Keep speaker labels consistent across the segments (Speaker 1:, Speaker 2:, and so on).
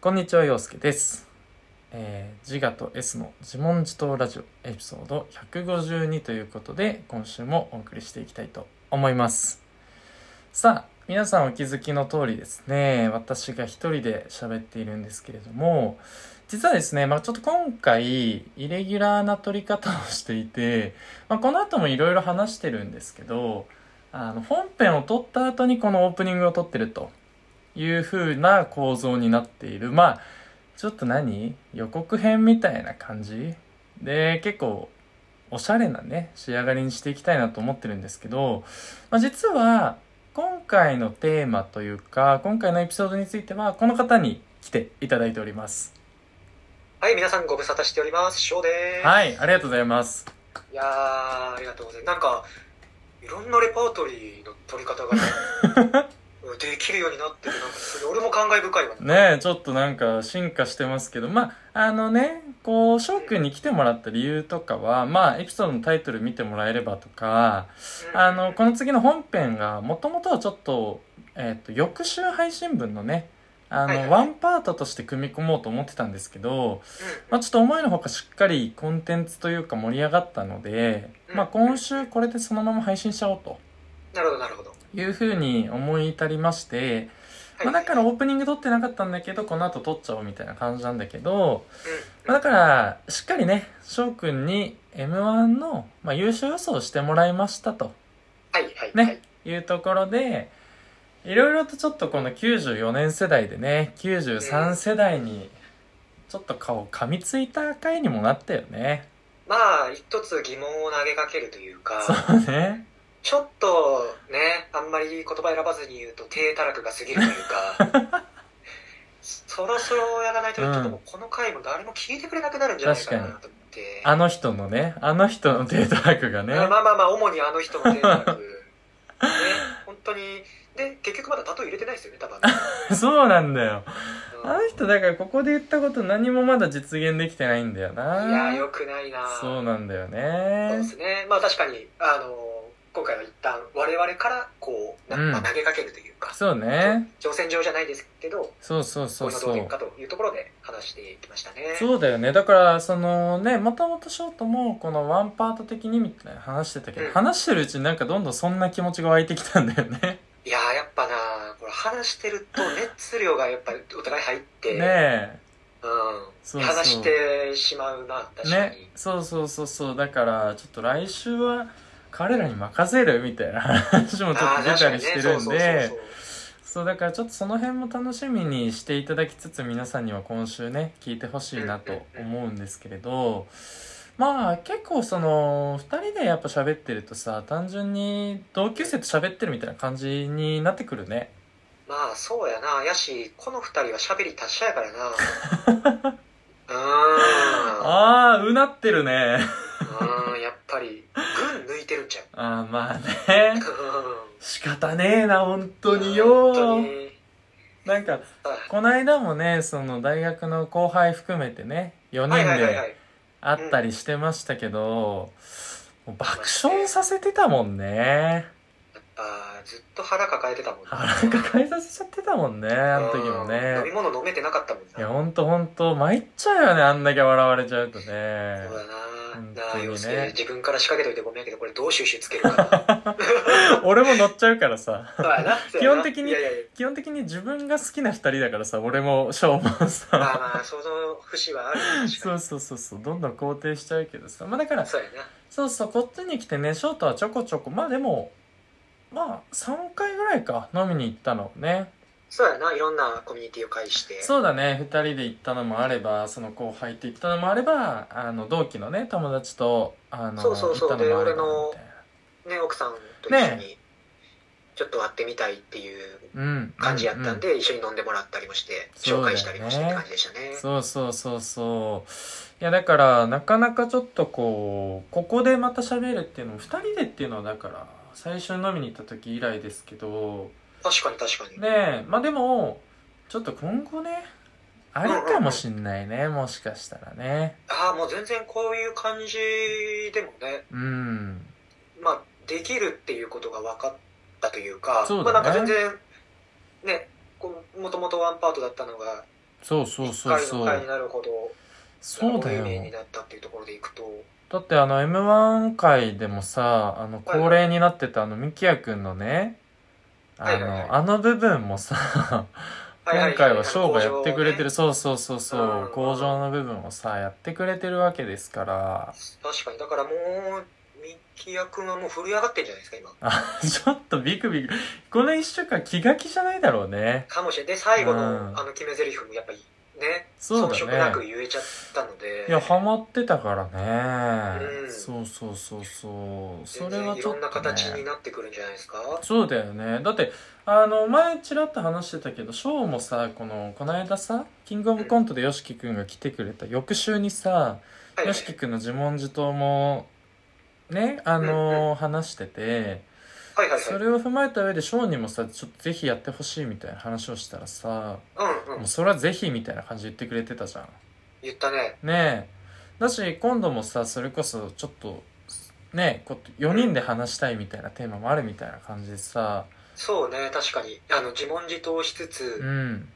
Speaker 1: こんにちは、陽介です。えー自我と S の自問自答ラジオエピソード152ということで、今週もお送りしていきたいと思います。さあ、皆さんお気づきの通りですね、私が一人で喋っているんですけれども、実はですね、まあちょっと今回、イレギュラーな撮り方をしていて、まあこの後もいろいろ話してるんですけど、あの、本編を撮った後にこのオープニングを撮ってるという風な構造になっている。まあ、ちょっと何予告編みたいな感じで、結構、おしゃれなね、仕上がりにしていきたいなと思ってるんですけど、まあ、実は、今回のテーマというか、今回のエピソードについては、この方に来ていただいております。
Speaker 2: はい、皆さんご無沙汰しております。翔です。。
Speaker 1: はいい、ありがとうございます。
Speaker 2: いやー、ありがとうございます。なんか、いろんなレパートリーの取り方がね、 できるようになってて、なんかすごい、俺も感慨深いわ。
Speaker 1: ねえ、ちょっとなんか進化してますけど、まあ、あのね、こう、翔くんに来てもらった理由とかは、まあ、エピソードのタイトル見てもらえればとか、
Speaker 2: うん
Speaker 1: あの、この次の本編が、もともとはちょっと、えっ、と、翌週配信分のね、あ
Speaker 2: はいはい
Speaker 1: の、ワンパートとして組み込もうと思ってたんですけど、まあ、ちょっと思いのほかしっかりコンテンツというか盛り上がったので、まあ、今週これでそのまま配信しちゃおうと
Speaker 2: なるほど、なるほど。
Speaker 1: いうふうに思い至りまして、
Speaker 2: はい。
Speaker 1: まあ、だからオープニング撮ってなかったんだけど、この後撮っちゃおうみたいな感じなんだけど、まあ、だから、しっかりね、翔くんに M1 の、まあ、優勝予想をしてもらいましたと。
Speaker 2: はい、はい、
Speaker 1: ね
Speaker 2: はい。
Speaker 1: いうところで、いろいろとちょっとこの94年世代でね、93世代に、ちょっと顔噛みついた回にもなったよね。
Speaker 2: まあ、一つ疑問を投げかけるというか、
Speaker 1: そうね。
Speaker 2: ちょっとね、あんまり言葉選ばずに言うと、低たらくが過ぎるというか、 そろそろやらないと、ちょっともうこの回も誰も聞いてくれなくなるんじゃないかなと思って。
Speaker 1: あの人のね、あの人のデータ白がね。
Speaker 2: まあまあまあ、主にあの人のせいなく、ね、本当に、で、結局まだタトゥー入れてないですよね、多分。
Speaker 1: そうなんだよ。
Speaker 2: うん
Speaker 1: あの人だからここで言ったこと何もまだ実現できてないんだよな。
Speaker 2: いや、よくないな
Speaker 1: そうなんだよ
Speaker 2: そう
Speaker 1: ね
Speaker 2: で。すね。まあ確かに、あの今回は一旦我々からこう、な
Speaker 1: うん
Speaker 2: まあ投げかけるというか、
Speaker 1: そうね。
Speaker 2: 挑戦状じゃないですけど、
Speaker 1: そうそうそう
Speaker 2: こ
Speaker 1: そ
Speaker 2: れ
Speaker 1: う
Speaker 2: のどう。かというところで話していきましたね。
Speaker 1: そうだよね。だから、そのね、もともとショートも、このワンパート的にみたいな話してたけど、
Speaker 2: うん
Speaker 1: 話してるうちになんかどんどんそんな気持ちが湧いてきたんだよね。
Speaker 2: いややっぱなこれ話してると熱量がやっぱりお互い入って、
Speaker 1: ねえ。
Speaker 2: う
Speaker 1: そ
Speaker 2: ん、
Speaker 1: うそう。
Speaker 2: 話してしまうな、確かに。
Speaker 1: ね。そうそうそうそう。だから、ちょっと来週は、彼らに任せるみたいな話もちょっと出たりしてるんで、そう、だからちょっとその辺も楽しみにしていただきつつ、皆さんには今週ね、聞いてほしいなと思うんですけれど、まあ結構その、二人でやっぱ喋ってるとさ、単純に同級生と喋ってるみたいな感じになってくるね。
Speaker 2: まあそうやなやしこの二人は喋り達者やからな う
Speaker 1: ああ、うなってるね。
Speaker 2: ーんうんやっぱり群抜いてるんちゃう
Speaker 1: ああ、まあね。
Speaker 2: 本
Speaker 1: 仕方ねえな、本当によ
Speaker 2: 当に
Speaker 1: なんか、
Speaker 2: あ
Speaker 1: こないだもね、その大学の後輩含めてね、4
Speaker 2: はい
Speaker 1: 人
Speaker 2: はいはいは
Speaker 1: で
Speaker 2: い
Speaker 1: 会ったりしてましたけど、もう爆笑させてたもんね。
Speaker 2: やっぱずっと腹抱えてたもんな
Speaker 1: 腹抱えさせちゃってたもんね、あの時も
Speaker 2: うん
Speaker 1: ね
Speaker 2: 飲み。物飲めてなかったもん
Speaker 1: いや、
Speaker 2: な
Speaker 1: ほんとほんと、参っちゃうよね、あんだけ笑われちゃうとね
Speaker 2: そう。だな
Speaker 1: 本当にね
Speaker 2: なあ陽介自分から仕掛けといてごめんやけどこれどう収集つけるかな
Speaker 1: 俺も乗っちゃうからさ。
Speaker 2: そうやなそう
Speaker 1: 基
Speaker 2: やな
Speaker 1: 本的に
Speaker 2: いやいやいや
Speaker 1: 基本的に自分が好きな二人だからさ、俺も、ショーも
Speaker 2: ま
Speaker 1: さ。
Speaker 2: あまあその節はあるよ確か
Speaker 1: そうそうそうそう、どんどん肯定しちゃうけどさ。まあだから
Speaker 2: に、そうやな
Speaker 1: そうそう、こっちに来てね、ショートはちょこちょこ、まあでも、まあ、3回ぐらいか、飲みに行ったのね。
Speaker 2: そうやないろんなコミュニティを介して
Speaker 1: そうだね、2人で行ったのもあれば、その後輩と行ったのもあれば、あの、同期のね、友達と、あの、
Speaker 2: そうそうそう
Speaker 1: 行ったのもあれば
Speaker 2: で俺の
Speaker 1: みたいな
Speaker 2: ね、奥さんと一緒
Speaker 1: ね
Speaker 2: にちょっと会ってみたいっていう
Speaker 1: うん。
Speaker 2: 感じやったんで、一緒に飲んでもらったりもして紹介したりもしてって感じでした
Speaker 1: う
Speaker 2: ね
Speaker 1: ん。そうそうそうそう。いや、だから、なかなかちょっとこう、ここでまた喋るっていうのも、2人でっていうのは、だから、最初に飲みに行った時以来ですけど、
Speaker 2: 確かに確かに、
Speaker 1: ねえまあでもちょっと今後ねありかもしんないねもしかしたらね
Speaker 2: ああもう全然こういう感じでもね
Speaker 1: うん
Speaker 2: まあできるっていうことが分かったというか
Speaker 1: そう
Speaker 2: ま
Speaker 1: だね
Speaker 2: あなんか全然ねこうもともとワンパートだったのが
Speaker 1: そうそう
Speaker 2: 1
Speaker 1: そう
Speaker 2: 回の
Speaker 1: そ
Speaker 2: 回に
Speaker 1: う
Speaker 2: なるほど
Speaker 1: そうだ
Speaker 2: 有名に
Speaker 1: よ
Speaker 2: なったっていうところでいくと
Speaker 1: だってあの m 1回でもさあの
Speaker 2: はい
Speaker 1: 恒例になってたあのみきやくんのねあ
Speaker 2: はいはいはい
Speaker 1: のあの部分もさ今回はショーがやってくれてる、
Speaker 2: 工
Speaker 1: そうそうそうそううん工場の部分をさやってくれてるわけですから
Speaker 2: 場をね確かにだからもうミキヤ君はもう震え上がってるんじゃないですか今
Speaker 1: あちょっとビクビクこの一週間気が気じゃないだろうね
Speaker 2: かもしれないで最後の、
Speaker 1: うん
Speaker 2: あの決め台詞もやっぱりね
Speaker 1: そう
Speaker 2: 遜色
Speaker 1: だ
Speaker 2: な
Speaker 1: ね
Speaker 2: く言えちゃったので
Speaker 1: いやハマってたからね、
Speaker 2: うん
Speaker 1: そうそうそうそうそ
Speaker 2: 全
Speaker 1: れは
Speaker 2: 然い
Speaker 1: ちょ
Speaker 2: ろ
Speaker 1: っ
Speaker 2: んな
Speaker 1: と、
Speaker 2: 形に
Speaker 1: ね、
Speaker 2: なってくるんじゃないですか
Speaker 1: そうだよねだってあの前ちらっと話してたけどショーもさこのこの間さキングオブコントで YOSHIKI 君が来てくれた翌週にさ
Speaker 2: はいはい
Speaker 1: YOSHIKI 君の自問自答もねあ
Speaker 2: う
Speaker 1: の話してて
Speaker 2: はいはい
Speaker 1: そ
Speaker 2: はい
Speaker 1: れを踏まえた上でショーにもさちょっとぜひやってほしいみたいな話をしたらさ
Speaker 2: うんう
Speaker 1: も
Speaker 2: ん
Speaker 1: うそれはぜひみたいな感じで言ってくれてたじゃん
Speaker 2: 言ったね
Speaker 1: ねえだし今度もさそれこそちょっとねえこ4人で話したいみたいなテーマもあるみたいな感じでさ
Speaker 2: そうね確かにあの自問自答しつつ、
Speaker 1: うん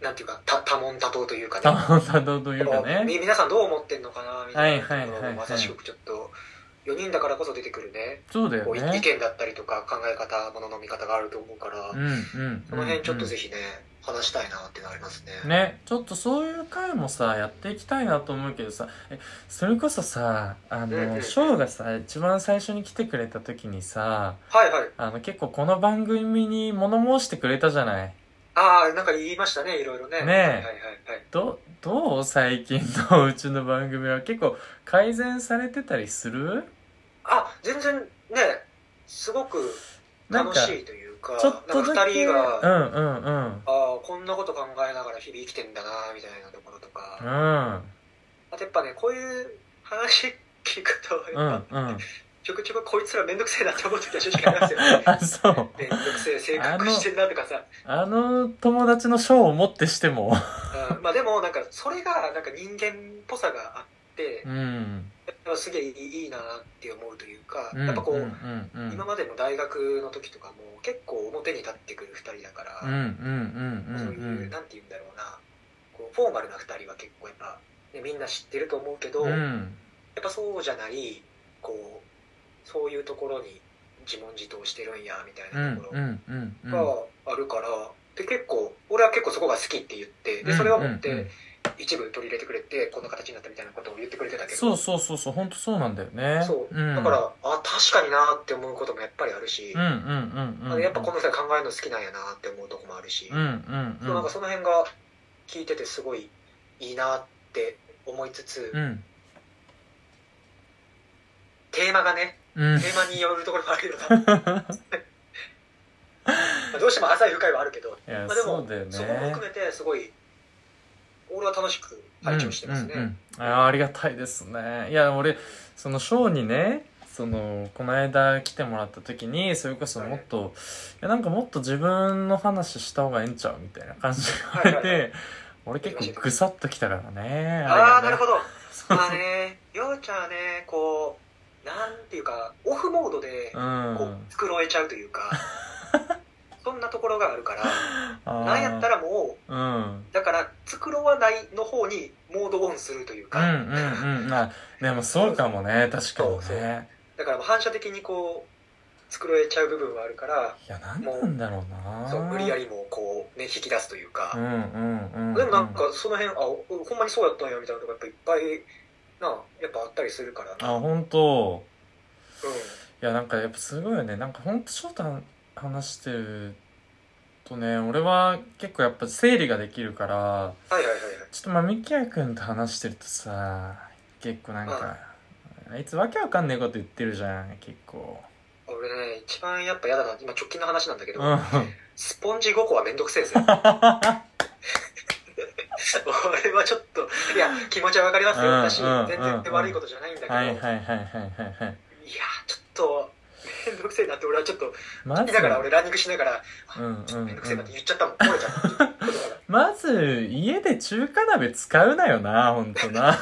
Speaker 2: なんていうかた多問多答というかね
Speaker 1: 多分多分というかね
Speaker 2: み皆さんどう思ってんのかなみたいな
Speaker 1: はいはい
Speaker 2: とこ
Speaker 1: はい
Speaker 2: ろ
Speaker 1: はい
Speaker 2: をまさしくちょっと4人だからこそ出てくるね
Speaker 1: そうだ
Speaker 2: こ
Speaker 1: よ
Speaker 2: うい
Speaker 1: ね
Speaker 2: 意見だったりとか考え方ものの見方があると思うから、
Speaker 1: うんうんうん
Speaker 2: その辺ちょっと
Speaker 1: ひ
Speaker 2: ぜひね話したいなっていうのありますね
Speaker 1: ねちょっとそういう回もさやっていきたいなと思うけどさえそれこそさあ
Speaker 2: うんう
Speaker 1: の
Speaker 2: ん
Speaker 1: ショーがさ一番最初に来てくれた時にさ
Speaker 2: はいはい
Speaker 1: あの結構この番組に物申してくれたじゃない
Speaker 2: ああなんか言いましたねいろいろね
Speaker 1: ねえ
Speaker 2: はいはいはい
Speaker 1: どどう最近のうちの番組は結構改善されてたりする
Speaker 2: あ全然ねすごく
Speaker 1: なん
Speaker 2: 楽
Speaker 1: か
Speaker 2: し
Speaker 1: ち
Speaker 2: いというか
Speaker 1: ょっと
Speaker 2: な
Speaker 1: だ
Speaker 2: んか
Speaker 1: け
Speaker 2: 2人が、
Speaker 1: う
Speaker 2: あ
Speaker 1: んうんうん
Speaker 2: あこんなこと考えながら日々生きてんだなみたいなところとか、
Speaker 1: うん
Speaker 2: あとやっぱねこういう話聞くと
Speaker 1: う
Speaker 2: やっぱ、
Speaker 1: んう ん
Speaker 2: ちょくちょくこいつらめんどくせえなって思う時は正直ありますよ ね
Speaker 1: あそう
Speaker 2: めんどくせえ性格してんなとかさ、
Speaker 1: あの友達の賞をもってして も
Speaker 2: うんまあでもなんかそれがなんか人間っぽさがあって
Speaker 1: う、ん
Speaker 2: やっぱすげえいいいいなって思うというか、
Speaker 1: うん
Speaker 2: やっぱこう、
Speaker 1: うんうんうん
Speaker 2: 今までの大学の時とかも結構表に立ってくる2人だか
Speaker 1: うんう
Speaker 2: ら、
Speaker 1: んうんう
Speaker 2: そうい
Speaker 1: んう
Speaker 2: う、
Speaker 1: ん
Speaker 2: なんて言うんだろうな、こうフォーマルな2人は結構やっぱ、ね、みんな知ってると思うけど、
Speaker 1: う
Speaker 2: やっ
Speaker 1: ん
Speaker 2: ぱそうじゃない、こう、そういうところに自問自答してるんや、みたい
Speaker 1: うん
Speaker 2: なところ。
Speaker 1: うんうんうん
Speaker 2: があるから、で結構俺は結構そこが好きって言ってでそれを持って一部取り入れてくれてこんな形になったみたいなことを言ってくれてたけど
Speaker 1: そうそうそうそう本当そうなんだよね
Speaker 2: そう
Speaker 1: うん
Speaker 2: だから、あ確かになって思うこともやっぱりあるし、
Speaker 1: うんうんうん
Speaker 2: あ
Speaker 1: うん
Speaker 2: やっぱこの人が考えるの好きなんやなって思うとこもあるし、
Speaker 1: うんうんう
Speaker 2: そうなん
Speaker 1: ん
Speaker 2: かその辺が聞いててすごいいいなって思いつつ、
Speaker 1: うん
Speaker 2: テーマがね
Speaker 1: うん
Speaker 2: テーマによるところもあるよな まあどうしても浅い深いはあるけど、
Speaker 1: いや
Speaker 2: まあ、でも
Speaker 1: そうだよね
Speaker 2: そこも含めてすごい俺は楽しく拝聴してますね、
Speaker 1: うんうんうんあーありがたいですねいや俺そのショーにねそのこの間来てもらった時にそれこそもっと、い、やなんかもっと自分の話した方がええんちゃうみたいな感じで言われて、
Speaker 2: はい
Speaker 1: 俺結構ぐさっときたからね
Speaker 2: ああ、
Speaker 1: れがね
Speaker 2: なるほど。
Speaker 1: そう
Speaker 2: まあね、りょうちゃんはね、こう、なんていうか、オフモードで、こ
Speaker 1: うん
Speaker 2: う、繕えちゃうとい うか、そんなところがあるから、
Speaker 1: あ
Speaker 2: なんやった
Speaker 1: ら
Speaker 2: らも
Speaker 1: うんうん
Speaker 2: う、だから、繕わないの方にモードオンするという
Speaker 1: う
Speaker 2: か、
Speaker 1: んうんあでもそうかもね確かにね
Speaker 2: そうそうだからもう反射的にこう、繕えちゃう部分はあるから、
Speaker 1: いやなんなんだろうな
Speaker 2: そう無理や
Speaker 1: り
Speaker 2: りもうこう、ね、引き出すというか
Speaker 1: うん、うんうん、うん、
Speaker 2: でもなんかその辺、あ、おほんまにそうやったんやみたいなのがやっぱいっぱい、なあ、やっぱあったりするから
Speaker 1: あ
Speaker 2: な。うん
Speaker 1: 本当いやなんかやっぱすごいよねなんかほんと翔太話してるとね俺は結構やっぱ整理ができるから
Speaker 2: はいはいはいはい。
Speaker 1: ちょっとまあみきやくんと話してるとさ結構なんかあいつわけわかんねえこと言ってるじゃん結構
Speaker 2: 俺ね、一番やっぱ嫌だな、今直近の話なんだけ
Speaker 1: う
Speaker 2: ど、
Speaker 1: んあ
Speaker 2: スポンジ5個はめんどくせ えぜ。俺はちょっと、いや、気持ちはわかりますよ、
Speaker 1: うん
Speaker 2: 私。
Speaker 1: うん
Speaker 2: 全
Speaker 1: うん
Speaker 2: 然悪いことじゃないんだけど、
Speaker 1: はいはい
Speaker 2: い
Speaker 1: はいは
Speaker 2: や、
Speaker 1: いはいはい
Speaker 2: ちょっと、めんどくせえなって俺はちょっと、
Speaker 1: ま
Speaker 2: だ
Speaker 1: ず
Speaker 2: から俺ランニングしながら、
Speaker 1: うんうんう
Speaker 2: めんどくせえなっ
Speaker 1: ん
Speaker 2: て言っちゃったもん、漏れちゃった。言葉
Speaker 1: まず家で中華鍋使うなよなほんとな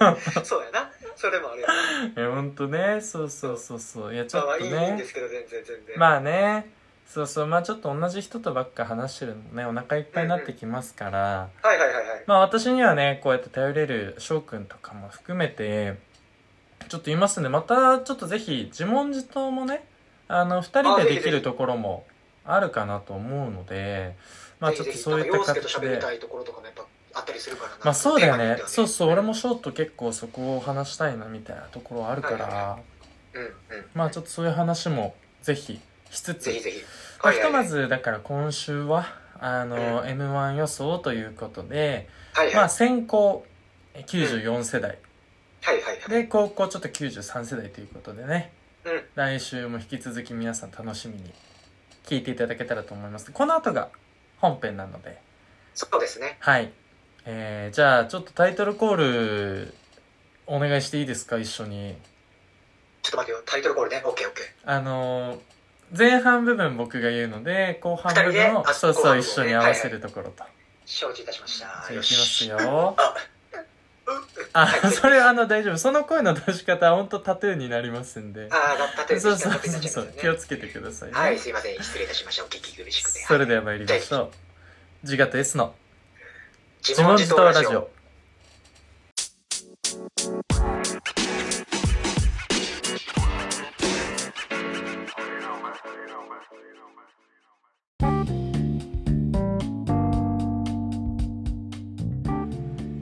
Speaker 2: が そうやな。それもあるよな。
Speaker 1: いやほんとねそうそうそうそういやちょ
Speaker 2: まあま
Speaker 1: っ
Speaker 2: あ
Speaker 1: と
Speaker 2: いい
Speaker 1: ね
Speaker 2: いいんですけど、全然全然。
Speaker 1: まあねそうそうまあちょっと同じ人とばっか話してるのもねお腹いっぱいになってきますから、
Speaker 2: はいはいはいはい。
Speaker 1: まあ私にはねこうやって頼れる翔くんとかも含めてちょっといますんでまたちょっとぜひ自問自答もねあの2人
Speaker 2: あぜ
Speaker 1: で
Speaker 2: ひ
Speaker 1: でき
Speaker 2: ぜひ
Speaker 1: るところもあるかなと思うのでまあちょっとそういった
Speaker 2: 洋介と
Speaker 1: 形
Speaker 2: 喋り
Speaker 1: で
Speaker 2: たいところとかもやっぱあったりするからな。
Speaker 1: まあそうだよ
Speaker 2: テーマに
Speaker 1: ね
Speaker 2: よっては
Speaker 1: そうそう俺も。翔と結構そこを話したいなみたいなところあるから、
Speaker 2: はいはいうんうん。
Speaker 1: まあちょっとそういう話もぜひしつつ
Speaker 2: ぜひぜひ。
Speaker 1: まあ、ひとまずだから今週はあの、m 1予想ということで、
Speaker 2: はいはい、
Speaker 1: まあ、先行え94世代、
Speaker 2: はいはいはい。
Speaker 1: で高校ちょっと93世代ということでね、
Speaker 2: うん
Speaker 1: 来週も引き続き皆さん楽しみに聞いていただけたらと思いますこの後が本編なので
Speaker 2: そうですね。
Speaker 1: はい、えー、じゃあちょっとタイトルコールお願いしていいですか一緒に
Speaker 2: ちょっと待ってよ。タイトルコールね。オッケーオッケー。
Speaker 1: あの前半部分僕が言うので後半部分
Speaker 2: 二人で
Speaker 1: を
Speaker 2: あ
Speaker 1: そう
Speaker 2: 後半
Speaker 1: そう
Speaker 2: 部分ね
Speaker 1: 一緒に合わせるところと。
Speaker 2: 承知いたしまし
Speaker 1: じ
Speaker 2: た。
Speaker 1: ゃあ
Speaker 2: よ
Speaker 1: いきます
Speaker 2: し。
Speaker 1: よ。
Speaker 2: あ、
Speaker 1: あ
Speaker 2: は、い
Speaker 1: それあの大丈夫。その声の出し方は本当タトゥーになりますんで。
Speaker 2: あー、だったと
Speaker 1: そ
Speaker 2: いうう
Speaker 1: そうそう
Speaker 2: になっちゃいます
Speaker 1: そ
Speaker 2: よ
Speaker 1: う
Speaker 2: ね。
Speaker 1: 気をつけてくださいね。
Speaker 2: はい、すいません。失礼いたしました。お聞き苦しくて。
Speaker 1: それでは参りましょう。自我と S の
Speaker 2: 自
Speaker 1: 自問
Speaker 2: 問
Speaker 1: 自
Speaker 2: 自
Speaker 1: 答
Speaker 2: 答
Speaker 1: ラ
Speaker 2: ラ
Speaker 1: ジ
Speaker 2: ジ
Speaker 1: オ
Speaker 2: オ。。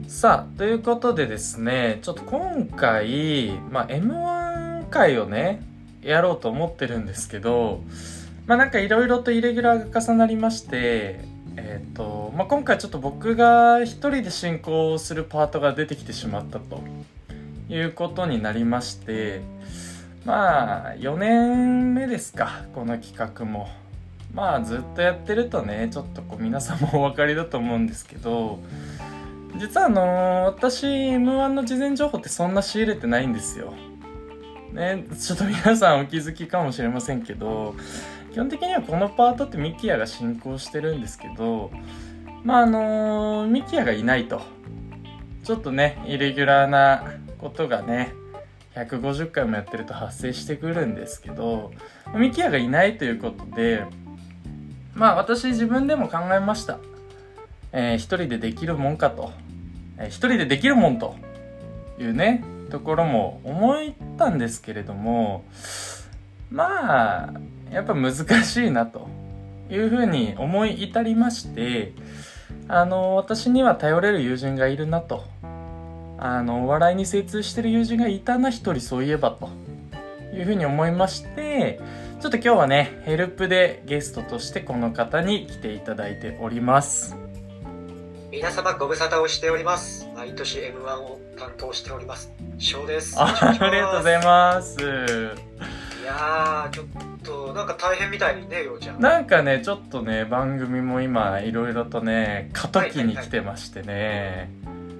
Speaker 1: さあということでですねちょっと今回、まあ、m 1回をねやろうと思ってるんですけどまあなんかいろいろとイレギュラーが重なりまして、えっとまあ、今回ちょっと僕が一人で進行するパートが出てきてしまったということになりましてまあ4年目ですかこの企画も。まあずっとやってるとねちょっとこう皆さんもお分かりだと思うんですけど実はあのー私 m 1の事前情報ってそんな仕入れてないんですよ。ね、ちょっと皆さんお気づきかもしれませんけど基本的にはこのパートってミキヤが進行してるんですけどまああのーミキヤがいないとちょっとねイレギュラーなことがね150回もやってると発生してくるんですけどミキヤがいないということでまあ私自分でも考えました、えー一人でできるもんかと、えー一人でできるもんというねところも思ったんですけれどもまあやっぱ難しいなというふうに思い至りましてあの私には頼れる友人がいるなとあのお笑いに精通してる友人がいたな一人そういえばというふうに思いましてちょっと今日はねヘルプでゲストとしてこの方に来ていただいております
Speaker 2: 皆様ご無沙汰をしております。毎年 M1 を担当しております。翔です。
Speaker 1: あありがとうござい
Speaker 2: ま
Speaker 1: ます
Speaker 2: す。いやー、ちょっと、なんか大変みたいにね、ようちゃん。
Speaker 1: なんかねちょっとね番組も今いろいろとね過渡期に来てましてね、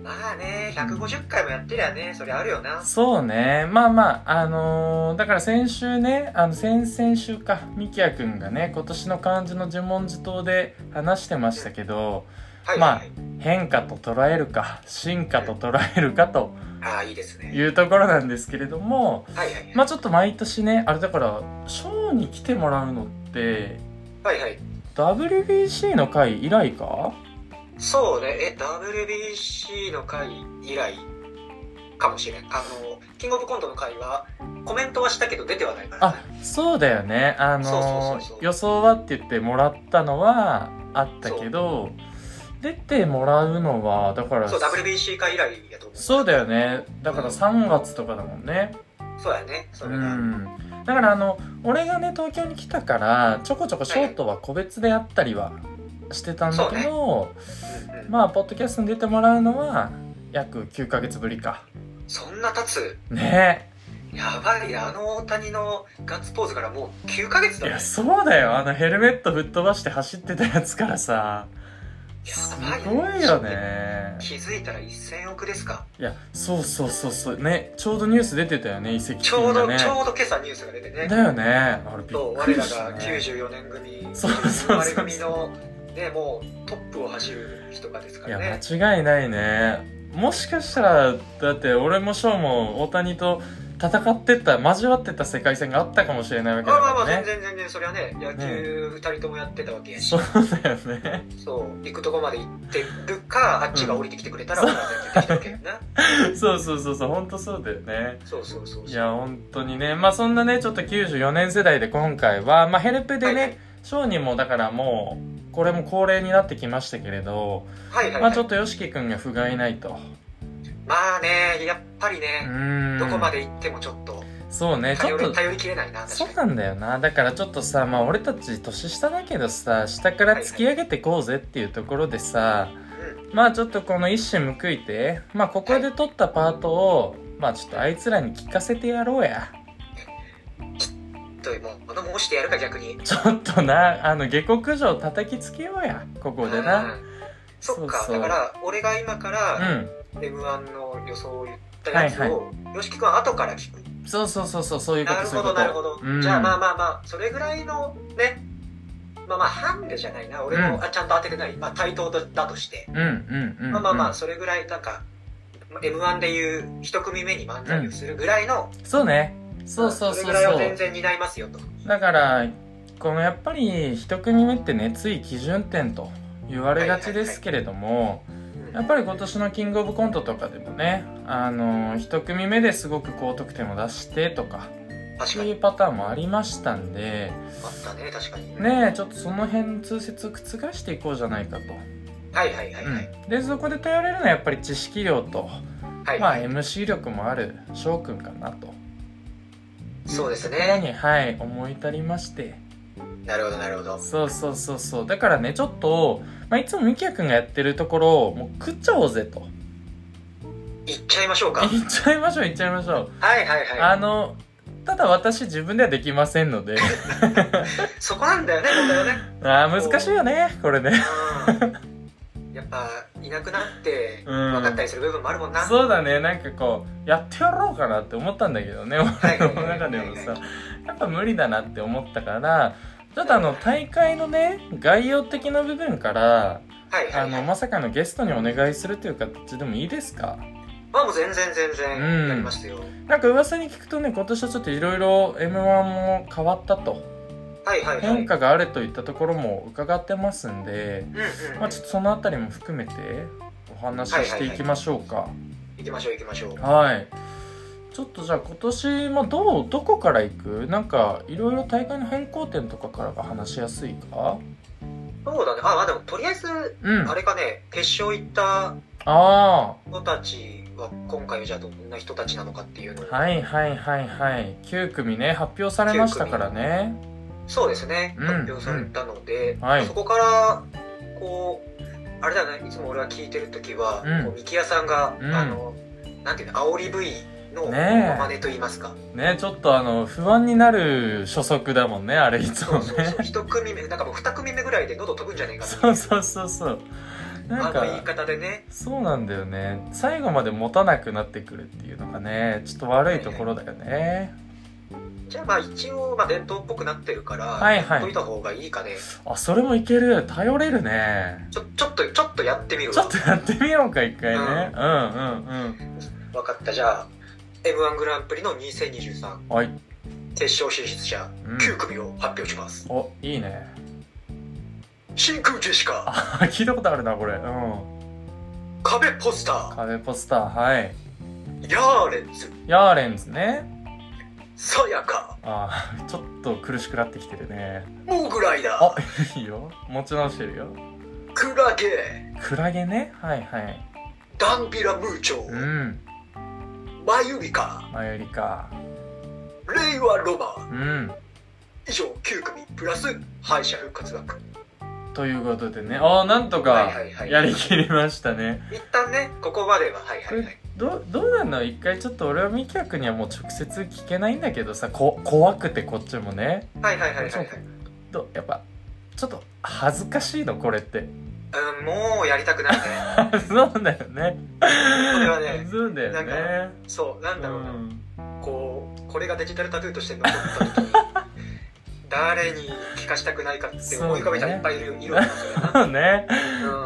Speaker 2: まあね、150回もやってりゃね、それあるよな。
Speaker 1: そうねまあまああのーだから先週ねあの先々週かみきやくんがね今年の漢字の自問自答で話してましたけど
Speaker 2: はい、
Speaker 1: まあ
Speaker 2: はい
Speaker 1: 変化と捉えるか進化と捉えるかと
Speaker 2: ああー、いいですね。
Speaker 1: いうところなんですけれども
Speaker 2: はいはい。
Speaker 1: まあちょっと毎年ねあれだからショーに来てもらうのって
Speaker 2: はいはい。
Speaker 1: WBC の回以来か
Speaker 2: そうね、え、WBC の回以来かもしれん。あの、キングオブコントの回は、コメントはしたけど出てはないから
Speaker 1: あ
Speaker 2: ね。
Speaker 1: そうだよねあ
Speaker 2: そう
Speaker 1: の
Speaker 2: そうそうそう
Speaker 1: 予想はって言ってもらったのはあったけど出てもらうのはだから
Speaker 2: そう、WBC 回以来やと思う。
Speaker 1: そうだよねだから
Speaker 2: うん
Speaker 1: 3月とかだもんね
Speaker 2: そうやね、そうれが。
Speaker 1: んだからあの俺がね東京に来たからちょこちょこショートは個別でやったりはしてたんだけど、
Speaker 2: うんうん
Speaker 1: まあポッドキャストに出てもらうのは約9ヶ月ぶりか
Speaker 2: そんな経つ
Speaker 1: ねえ
Speaker 2: やばいなあの大谷のガッツポーズからもう9ヶ月
Speaker 1: い
Speaker 2: だね
Speaker 1: やそうだよあのヘルメット吹っ飛ばして走ってたやつからさす
Speaker 2: やばいね
Speaker 1: ごいよね
Speaker 2: 気づいたら1000億ですか
Speaker 1: いやそうそうそうそうねちょうどニュース出てたよね移籍
Speaker 2: ち
Speaker 1: 金
Speaker 2: ょう
Speaker 1: が
Speaker 2: ど、
Speaker 1: ね
Speaker 2: ちょうど今朝ニュースが出てね
Speaker 1: だよねあれび
Speaker 2: そう
Speaker 1: っく
Speaker 2: 我
Speaker 1: り
Speaker 2: ら
Speaker 1: した、
Speaker 2: が
Speaker 1: ね、
Speaker 2: 94年組
Speaker 1: そうそうそう
Speaker 2: 我組のねもうトップを走る人がですか
Speaker 1: い
Speaker 2: ら
Speaker 1: や
Speaker 2: ね
Speaker 1: 間違いないねもしかしたらだって俺も翔も大谷と戦ってた交わってた世界線があったかもしれないわけ
Speaker 2: ま
Speaker 1: だ
Speaker 2: あまあま
Speaker 1: か
Speaker 2: あ、
Speaker 1: ら
Speaker 2: 全
Speaker 1: ね
Speaker 2: 然全然、そりゃね、野球二人ともやってたわけやし、
Speaker 1: そうだよね
Speaker 2: そう、行くとこまで行ってるか、あっちが降りてきてくれたら、俺は全然できたわけやな。
Speaker 1: そうそうそうそう本当そうだよね
Speaker 2: そうそうそうそ
Speaker 1: い
Speaker 2: う。
Speaker 1: や本当にねまあそんなねちょっと94年世代で今回は、まあ、ヘルプで
Speaker 2: はいはい
Speaker 1: ね商人もだからもうこれも恒例になってきましたけれど、
Speaker 2: はいはいはい。
Speaker 1: まあ、ちょっと YOSHIKI 君が不甲斐ないと
Speaker 2: まあね、やっぱり
Speaker 1: う
Speaker 2: ね、
Speaker 1: ーん
Speaker 2: どこまで行ってもちょっと
Speaker 1: そうねちょ
Speaker 2: 頼
Speaker 1: っと
Speaker 2: り頼りきれないな、確か
Speaker 1: そう
Speaker 2: に。
Speaker 1: なんだよなだからちょっとさまあ俺たち年下だけどさ下から突き上げてこうぜっていうところでさまあちょっとこの一矢報いてまあここで取ったパートをまあちょっとあいつらに聞かせてやろうや
Speaker 2: うん。というもう、物申してやるか逆に。
Speaker 1: ちょっとなあの下克上叩きつけようやここでな
Speaker 2: うん。そっか、
Speaker 1: そうそう
Speaker 2: だから、俺が今か
Speaker 1: う
Speaker 2: ら、
Speaker 1: ん
Speaker 2: M1 の予想を言ったやつを、よしきくんは後から聞く。
Speaker 1: そうそうそうそうそういうこ
Speaker 2: な
Speaker 1: と
Speaker 2: る
Speaker 1: そうい
Speaker 2: ほ
Speaker 1: うこ
Speaker 2: ど、
Speaker 1: と
Speaker 2: なるほど
Speaker 1: うん。
Speaker 2: じゃあ、まあまあまあ、それぐらいの、ね、まあまあ、ハンデじゃないな。俺
Speaker 1: うん
Speaker 2: も、あちゃんと当ててない。まあ、対等だだとして。
Speaker 1: うんうんうん、うん、
Speaker 2: まあまあまあ、それぐらい、なんか、まあ M1 でいう一組目に漫才をするぐらいの、
Speaker 1: そうねそうそうそう
Speaker 2: れぐらい
Speaker 1: そ
Speaker 2: は全
Speaker 1: う
Speaker 2: 然担いますよと。
Speaker 1: だからこのやっぱり一組目って熱意基準点と言われがちですけれども、やっぱり今年の「キングオブコント」とかでもね、あの一組目ですごく高得点を出してとか
Speaker 2: 確
Speaker 1: そ
Speaker 2: か
Speaker 1: う
Speaker 2: に。
Speaker 1: いうパターンもありましたんで
Speaker 2: あったね、確かに。
Speaker 1: ねえちょっとその辺通説を覆していこうじゃないかと、
Speaker 2: はいはいはいはい。
Speaker 1: うん、でそこで頼れるのはやっぱり知識量と、
Speaker 2: はい、
Speaker 1: まあ、MC 力もある翔くんかなと
Speaker 2: そうです
Speaker 1: ところ
Speaker 2: ね。
Speaker 1: に、はい、思い至りまして
Speaker 2: なるほど、なるほど。
Speaker 1: そうそうそうそうだからねちょっと、まあ、いつもみきやくんがやってるところをもう食っちゃおうぜと
Speaker 2: 行っちゃいましょうか。はい
Speaker 1: 言っちゃいましょう言っちゃいましょう
Speaker 2: はいは
Speaker 1: あ
Speaker 2: い。
Speaker 1: の、ただ私自分ではできませんの で、
Speaker 2: そこなんだよね、問題はね。
Speaker 1: あー難しいよね、これね。
Speaker 2: うんやっぱ、いなくなって、
Speaker 1: うん
Speaker 2: 分かったりする部分もあるもんな。
Speaker 1: そうだね、なんかこう、やってやろうかなって思ったんだけどね、俺
Speaker 2: い
Speaker 1: の中でもさ、やっぱ無理だなって思ったから、ちょっとあの、大会のね、概要的な部分から、
Speaker 2: はい
Speaker 1: あ
Speaker 2: はい、は
Speaker 1: の、
Speaker 2: い。
Speaker 1: まさかのゲストにお願いするという形でもいいですか
Speaker 2: まあもう全然全
Speaker 1: うん
Speaker 2: 然やりますよ。
Speaker 1: なんか噂に聞くとね、今年はちょっといろいろ M1 も変わったと、
Speaker 2: はいはいはい。
Speaker 1: 変化があるといったところも伺ってますんで、
Speaker 2: うんうん。
Speaker 1: まあ、ちょっとそのあたりも含めてお話ししていきましょうか。
Speaker 2: 行きましょう行きましょう。
Speaker 1: はいちょっとじゃあ今年もどうどこから行くなんかいろいろ大会の変更点とかからが話しやすいか
Speaker 2: そうだね。あ、まあでも、とりあえず、
Speaker 1: うん
Speaker 2: あ
Speaker 1: あ
Speaker 2: れかね、決勝行った
Speaker 1: あ
Speaker 2: 子たちは、今回はじゃあどんな人たちなのかっていうのを。
Speaker 1: ーはいはいはいはい9組ね発表されましたからね
Speaker 2: そうですね、
Speaker 1: うん
Speaker 2: 発表されたので、
Speaker 1: んはい
Speaker 2: そこから、こう、あれだよね、いつも俺が聞いてるときは、
Speaker 1: うん
Speaker 2: こうミキヤさんが、
Speaker 1: うん
Speaker 2: あの、なんていうの、煽り V のモ
Speaker 1: ねえ
Speaker 2: ノマネと言いますか。
Speaker 1: ねちょっとあの不安になる初速だもんねあれいつ
Speaker 2: そ
Speaker 1: も
Speaker 2: うそう
Speaker 1: ね
Speaker 2: そう。一組目、なんかもう二組目ぐらいで喉飛ぶんじゃねえかっていう
Speaker 1: そうそうそうそうな
Speaker 2: あ
Speaker 1: ん
Speaker 2: の言い
Speaker 1: か
Speaker 2: 方でね。
Speaker 1: そうなんだよね最後まで持たなくなってくるっていうのがねちょっと悪いところだよね
Speaker 2: じゃあまあ一応、まあ伝統っぽくなってるから、
Speaker 1: はいはい
Speaker 2: やっといた方がいいかね。
Speaker 1: あそれもいける頼れるね
Speaker 2: ちょ、ちょっと、ちょっとやってみる
Speaker 1: ちょ
Speaker 2: わ
Speaker 1: っ。とやってみようか一回ねうんうん
Speaker 2: わかった、じゃあ、M1 グランプリの2023
Speaker 1: うんはい、
Speaker 2: 決勝進出者
Speaker 1: うん、
Speaker 2: 9組を発表します。
Speaker 1: おいいね
Speaker 2: 真空ジェシカ、
Speaker 1: あ聞いたことあるなこれうん
Speaker 2: 壁ポスター。
Speaker 1: 壁ポスターはい
Speaker 2: ヤーレンズ、
Speaker 1: ヤーレンズね
Speaker 2: さやか、
Speaker 1: あ ちょっと苦しくなってきてるね
Speaker 2: モグライダ
Speaker 1: あ
Speaker 2: ー、
Speaker 1: いいよ持ち直してるよ
Speaker 2: クラゲ、
Speaker 1: クラゲねはいはい
Speaker 2: ダンビラムーチョ、
Speaker 1: うん
Speaker 2: マユリカ、
Speaker 1: マユリカ
Speaker 2: レイワロマ、
Speaker 1: うん
Speaker 2: 以上9組、プラス敗者復活枠。
Speaker 1: ということでねあなんと
Speaker 2: はい
Speaker 1: か
Speaker 2: はいはい。
Speaker 1: やりきりましたね
Speaker 2: 一旦ね、ここまでは、はいはいはい。
Speaker 1: どうどうなの一回ちょっと俺はミキヤ君にはもう直接聞けないんだけどさこ怖くてこっちもね
Speaker 2: はいはいはいはいはい。
Speaker 1: どやっぱちょっと恥ずかしいのこれって
Speaker 2: うん、もうやりたくないね。
Speaker 1: そうだよね
Speaker 2: れ はね
Speaker 1: そうだよね
Speaker 2: そう、なんだろうな、
Speaker 1: うん
Speaker 2: こう、これがデジタルタトゥーとして残った時に、誰に聞かしたくないかって思い浮かべたらいっぱいいる、いるわけですよな。
Speaker 1: そうね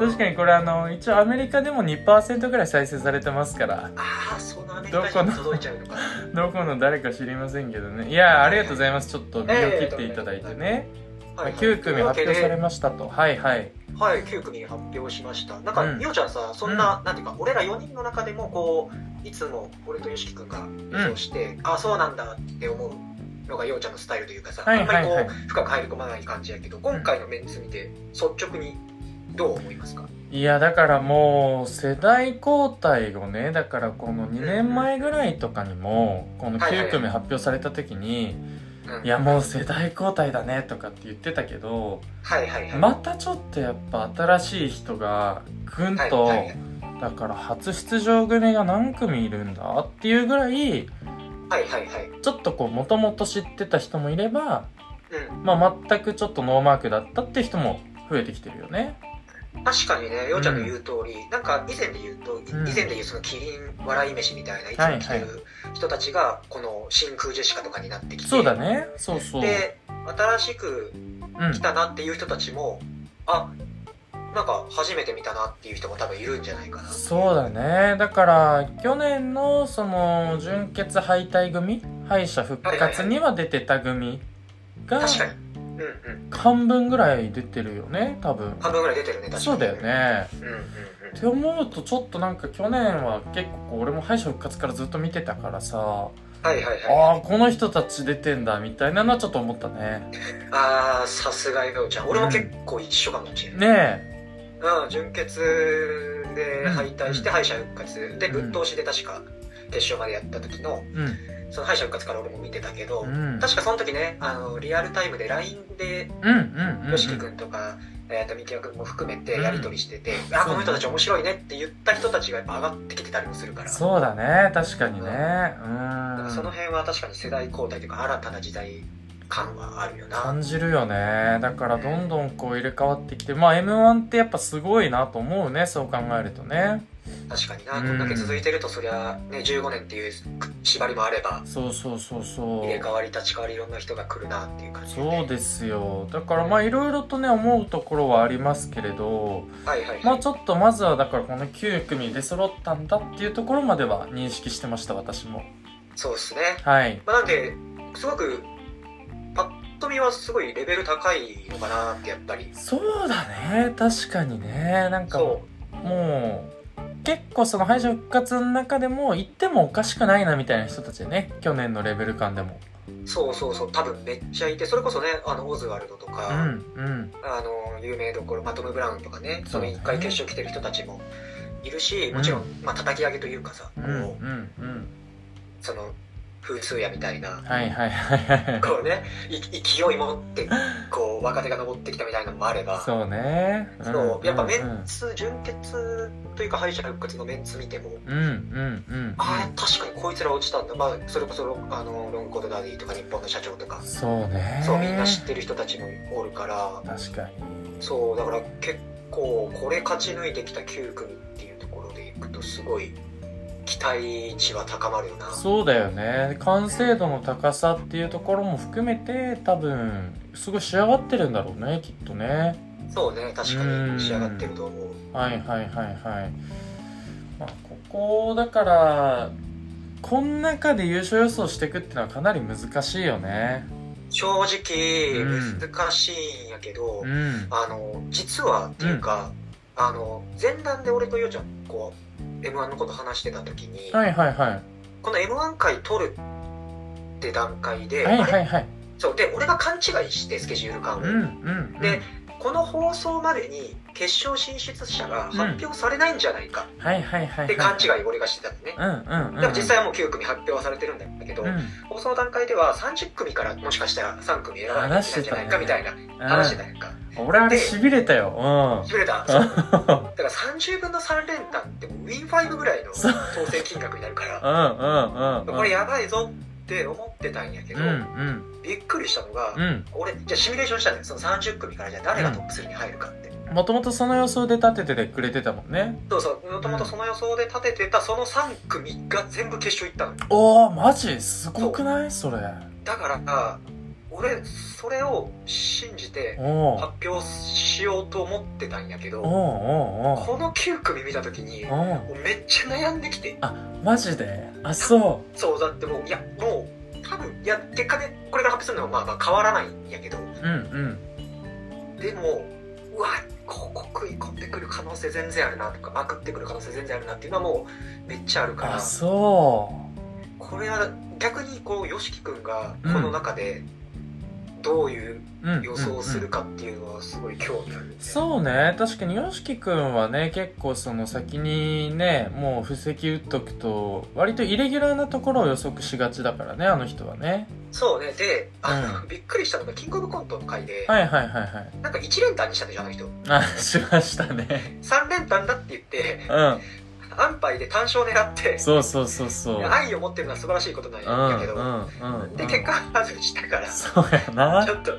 Speaker 2: うん
Speaker 1: 確かにこれあの一応アメリカでも2%ぐらい再生されてますから
Speaker 2: ああ、そのアメに対して届いちゃうのかな。
Speaker 1: どこの誰か知りませんけどねいやーありがとうございますちょっと身を切っていただいてね、まあ、9組発表されましたとはいはい
Speaker 2: はい、9組発表しました。なんか、
Speaker 1: うん
Speaker 2: みおちゃんさ、そんな、なんていうか、俺ら4人の中でも、こう、いつも俺とよしきくんが予想して、あ、そうなんだって思うのがようちゃんのスタイルというかさ、
Speaker 1: はいはい
Speaker 2: あ
Speaker 1: は
Speaker 2: ん
Speaker 1: い
Speaker 2: まりこう、深く入り込まない感じやけど、今回のメンツ見て、率直にどう思いますか
Speaker 1: いやだからもう世代交代をねだからこの2年前ぐらいとかにもこの
Speaker 2: はいはい
Speaker 1: 9組発表された時に
Speaker 2: うん
Speaker 1: いやもう世代交代だねとかって言ってたけど
Speaker 2: はいはいはい。
Speaker 1: またちょっとやっぱ新しい人がぐん
Speaker 2: はい
Speaker 1: と
Speaker 2: はいはい
Speaker 1: だから初出場組が何組いるんだっていうぐらい
Speaker 2: はいはいはい。
Speaker 1: ちょっとこうもともと知ってた人もいれば
Speaker 2: うん。
Speaker 1: まあ全くちょっとノーマークだったって人も増えてきてるよね。
Speaker 2: 確かにね、ようちゃんの言う通り、なんか以前で言うと、い
Speaker 1: うん
Speaker 2: 以前で言うそのキリン笑い飯みたいな、いつ
Speaker 1: はいは
Speaker 2: も
Speaker 1: い
Speaker 2: 着てる人たちが、この真空ジェシカとかになってきて、
Speaker 1: そうだね。そうそう。
Speaker 2: で、新しく
Speaker 1: うん
Speaker 2: 来。たなっていう人たちも、あなんか初めて見たなっていう人も多分いるんじゃないかな
Speaker 1: そうだねだから去年のその準決敗退組敗者復活には出てた組が
Speaker 2: 確かにうんうん
Speaker 1: 半分ぐらい出てるよね多分
Speaker 2: 半分ぐらい出てるね確かに
Speaker 1: そうだよね
Speaker 2: うんうんうん
Speaker 1: って思うとちょっとなんか去年は結構こう俺も敗者復活からずっと見てたからさ
Speaker 2: はいはいはい
Speaker 1: ああこの人たち出てんだみたいなのはちょっと思ったね
Speaker 2: ああさすがようちゃん俺も結構一緒かもしれない、
Speaker 1: ね
Speaker 2: うん準決で敗退して
Speaker 1: う
Speaker 2: 敗者復活で
Speaker 1: うん
Speaker 2: ぶっ通しで確か決勝までやった時の
Speaker 1: えう
Speaker 2: その敗者復活から俺も見てたけど、
Speaker 1: んうん
Speaker 2: 確かその時ねあのリアルタイムで LINE で
Speaker 1: うんうんうん
Speaker 2: よしきくんとか、えー、とみきやくんも含めてやり取りしてて、あ
Speaker 1: そう
Speaker 2: この人たち面白いねって言った人たちがやっぱ上がってきてたりもするからそ
Speaker 1: そうだね確かにねうん
Speaker 2: その辺は確かに世代交代というか新たな時代感はあるよな
Speaker 1: 感じるよねだからどんどんこう入れ替わってきてまあ m 1ってやっぱすごいなと思うねそう考えるとね
Speaker 2: 確かにな、
Speaker 1: うん
Speaker 2: こんだけ続いてるとそりゃ、ね、15年っていう縛りもあれば
Speaker 1: そうそうそうそ
Speaker 2: 入れ替
Speaker 1: う
Speaker 2: わり立ち替わりいろんな人が来るなっていう感じ、
Speaker 1: そう
Speaker 2: ね、
Speaker 1: ですよだからまあいろいろとね思うところはありますけれど
Speaker 2: はいはい
Speaker 1: まあ
Speaker 2: はい
Speaker 1: ちょっとまずはだからこの9組で揃ったんだっていうところまでは認識してました私も
Speaker 2: そうですね、
Speaker 1: はい
Speaker 2: まあ、なんですごくパッと見はすごいレベル高いのかなってやっぱり
Speaker 1: そうだね確かにねなんか
Speaker 2: そ
Speaker 1: もう結構その敗者復活の中でも行ってもおかしくないなみたいな人たちでね去年のレベル感でも
Speaker 2: うそうそうそう多分めっちゃいてそれこそねあのオズワルドとか、
Speaker 1: うんうん
Speaker 2: あの有名どころ、まあ、トム・ブラウンとかね
Speaker 1: そ
Speaker 2: そうの
Speaker 1: ね
Speaker 2: 1回決勝来てる人たちもいるしもちろん、
Speaker 1: う
Speaker 2: まあ叩き上げというかさ、
Speaker 1: うん
Speaker 2: こう
Speaker 1: うんうん
Speaker 2: その風数やみたいな
Speaker 1: はいはいはいはい
Speaker 2: こうねい勢い持って こう若手が登ってきたみたいなのもあればそう
Speaker 1: そうね
Speaker 2: やっぱメ
Speaker 1: うん
Speaker 2: ンツ準決というか敗者復活のメンツ見ても
Speaker 1: うんうんうん
Speaker 2: ああ確かにこいつら落ちたんだ、まあ、それこそロあのロングコートダディとか日本の社長とか
Speaker 1: そうね
Speaker 2: そうみんな知ってる人たちもおるから
Speaker 1: 確かに
Speaker 2: そうだから結構これ勝ち抜いてきた9組っていうところでいくとすごい期待値は高まるよな
Speaker 1: そうだよね完成度の高さっていうところも含めて多分すごい仕上がってるんだろうねきっとね
Speaker 2: そうね確か
Speaker 1: うん
Speaker 2: に仕上がってると思う
Speaker 1: はいはいはいはい、まあ、ここだからこん中で優勝予想していくっていうのはかなり難しいよね
Speaker 2: 正直
Speaker 1: うん
Speaker 2: 難しいんやけど、
Speaker 1: うん
Speaker 2: あの実はっていうか、あの前段で俺とようちゃんこう m 1のこと話してた時に、
Speaker 1: はいはいはい
Speaker 2: この m 1回取るって段階で、
Speaker 1: はい
Speaker 2: あ
Speaker 1: は
Speaker 2: れ
Speaker 1: いはい
Speaker 2: そうで俺が勘違いしてスケジュール感を、
Speaker 1: うんうんうん
Speaker 2: でこの放送までに決勝進出者が発表されないんじゃないか
Speaker 1: はいはいはいはい
Speaker 2: って勘違いを俺がしてたのね。
Speaker 1: うんうんうん
Speaker 2: でも実際はもう9組発表はされてるんだけど、
Speaker 1: うん
Speaker 2: 放送の段階では30組からもしかしたら3組選ばなきゃいけないんじゃないかみたいな話してたやん
Speaker 1: う
Speaker 2: か。
Speaker 1: ん俺あれしびれたよ
Speaker 2: 潰れた。
Speaker 1: う
Speaker 2: そ
Speaker 1: ん
Speaker 2: うだから30分の3連単ってもうウィン5ぐらいの
Speaker 1: そう
Speaker 2: 当選金額になるか
Speaker 1: う
Speaker 2: ら、
Speaker 1: んうんうん
Speaker 2: これやばいぞって思ってたんやけ
Speaker 1: う
Speaker 2: ど、
Speaker 1: んうん
Speaker 2: びっくりしたのが、
Speaker 1: うん
Speaker 2: 俺、じゃあシミュレーションしたんだよ。その30組からじゃあ誰がトップ3に入るかって。
Speaker 1: もともとその予想で立ててくれてたもんね
Speaker 2: そうそう、もともとその予想で立ててたその3組が全部決勝行ったのよ。
Speaker 1: おおマジすごくないそれ
Speaker 2: だから、俺、それを信じして
Speaker 1: おう
Speaker 2: 発表しようと思ってたんやけ
Speaker 1: おう
Speaker 2: ど
Speaker 1: おう
Speaker 2: この9組見た時に
Speaker 1: おうおう
Speaker 2: もうめっちゃ悩んできて
Speaker 1: マジであそ
Speaker 2: そうだってもういやもう多分いや結果ねこれから発表するのはまあまあ変わらないんやけど
Speaker 1: ううんうん
Speaker 2: でもうわここ食い込んでくる可能性全然あるなとかまくってくる可能性全然あるなっていうのはもうめっちゃあるか
Speaker 1: あ
Speaker 2: ら
Speaker 1: そ
Speaker 2: これは逆にこう YOSHIKI 君がこの中でどういう
Speaker 1: う、うん、
Speaker 2: 予想をす
Speaker 1: うんう
Speaker 2: る
Speaker 1: ん
Speaker 2: かっていうのはすごい興味あるね、
Speaker 1: そうね確かに YOSHIKI 君はね結構その先にねもう布石打っとくと割とイレギュラーなところを予測しがちだからねあの人はね
Speaker 2: そうねであの、
Speaker 1: う
Speaker 2: びっくりしたのがキングオブコントの回で、
Speaker 1: はいはいはいはい
Speaker 2: なんか1連単にしたでしょあの人
Speaker 1: あしました ね
Speaker 2: 3連単だって言って
Speaker 1: うん
Speaker 2: 安牌で単勝狙って
Speaker 1: そうそうそうそう
Speaker 2: 愛を持ってるのは素晴らしいことなん
Speaker 1: うんう
Speaker 2: や
Speaker 1: ん
Speaker 2: けど、
Speaker 1: うんうん
Speaker 2: で結果外したからち
Speaker 1: そうやな
Speaker 2: ょっと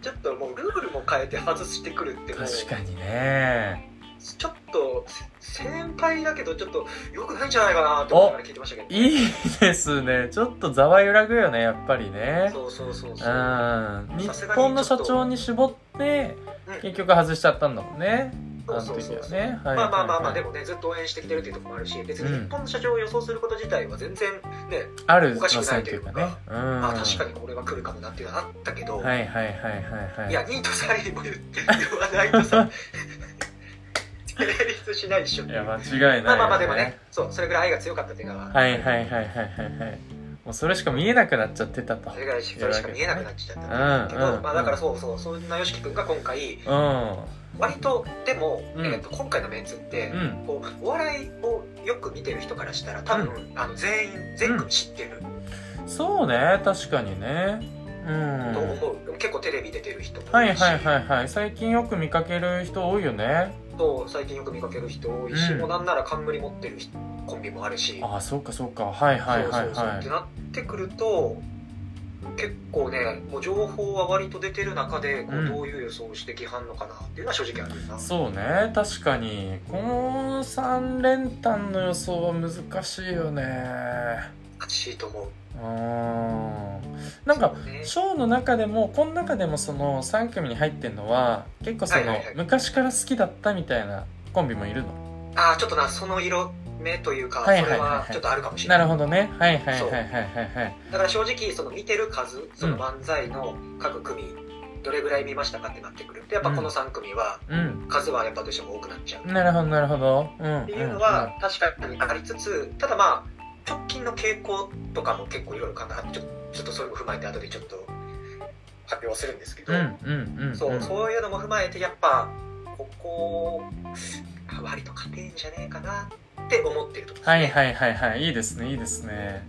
Speaker 2: ちょっともうルールも変えて外してくるってもう
Speaker 1: 確かにね
Speaker 2: ちょっと先輩だけどちょっとよくないんじゃないかなと思いながら聞いてましたけど、
Speaker 1: いいですねちょっとざわ揺らぐよねやっぱりね
Speaker 2: そうそうそうそうう、
Speaker 1: ん日
Speaker 2: さすがにちょっと
Speaker 1: 本の社長に絞って
Speaker 2: うん
Speaker 1: 結局外しちゃったんだもんねあの
Speaker 2: そう
Speaker 1: 時
Speaker 2: そうそう
Speaker 1: は
Speaker 2: そう
Speaker 1: ねはいはいはい
Speaker 2: まあまあまあまあでもねずっと応援してきてるっていうところもあるし別に日本の社長を予想すること自体は全然ね、
Speaker 1: ある路線というかね。うん。
Speaker 2: まあ確かにこれは来るかもなっていうのはあったけど、
Speaker 1: はいはいはいはいはい。
Speaker 2: いや、2位と3位も言って言わないとさ、成立しないでしょ。
Speaker 1: いや間違いない、
Speaker 2: まあまあまあ、でもね、そう、それぐらい愛が強かったっていうのは、
Speaker 1: はいはいはいはいはいはい。もうそれしか見えなくなっちゃってたと。
Speaker 2: それぐらいしそれしか見えなくなっちゃったんだけど、
Speaker 1: うんうん
Speaker 2: まあだからそうそう、そんな YOSHIKI 君が今回、
Speaker 1: うん。
Speaker 2: 割と、でも、
Speaker 1: うん
Speaker 2: えっと今回のメンツって、
Speaker 1: うん。
Speaker 2: こうお笑いをよく見てる人からしたら多分、あの全員全組知ってる
Speaker 1: そうね、確かにね。う
Speaker 2: と
Speaker 1: ん。
Speaker 2: 思う、結構テレビ出てる人も多
Speaker 1: はい
Speaker 2: いし
Speaker 1: はいはいはい。最近よく見かける人多いよね。
Speaker 2: そう最近よく見かける人多いし、
Speaker 1: うん
Speaker 2: もうなんなら冠持ってる人コンビもあるし
Speaker 1: ああ、そうかそうか。はいはいは
Speaker 2: そう
Speaker 1: い
Speaker 2: そうそうっ
Speaker 1: は
Speaker 2: て
Speaker 1: い。
Speaker 2: なってくると結構ねもう情報は割と出てる中でこ
Speaker 1: う
Speaker 2: うんどういう予想をしてきはんのかなっていうのは正直あるな、
Speaker 1: そうね、確かに。この3連単の予想は難しいよね。
Speaker 2: 難しいと思う
Speaker 1: うん。なんか、
Speaker 2: そうね
Speaker 1: ショーの中でもこの中でもその3組に入ってるのは結構その、
Speaker 2: はいはいはい
Speaker 1: 昔から好きだったみたいなコンビもいるの
Speaker 2: ああちょっとなその色目というか、
Speaker 1: はいはいはいはい
Speaker 2: それはちょっとあるかもしれな
Speaker 1: ないるほどねはいはい
Speaker 2: そ
Speaker 1: はい
Speaker 2: う
Speaker 1: はいはいはい
Speaker 2: だから正直その見てる数その漫才の各組どれぐらい見ましたかってなってくるとやっぱこの3組は
Speaker 1: うん
Speaker 2: 数はやっぱどうしても多くなっちゃう
Speaker 1: なるほどなるほどうん
Speaker 2: っていうのは確かにありつつただまあ直近の傾向とかも結構いろいろ考えちょちょっとそれも踏まえて後でちょっと発表はするんですけど、
Speaker 1: うんうんうんうん
Speaker 2: そううんそういうのも踏まえてやっぱここあ割と勝てんじゃねえかなって思ってるとこですね
Speaker 1: はいはいはいはいいいですねいいですね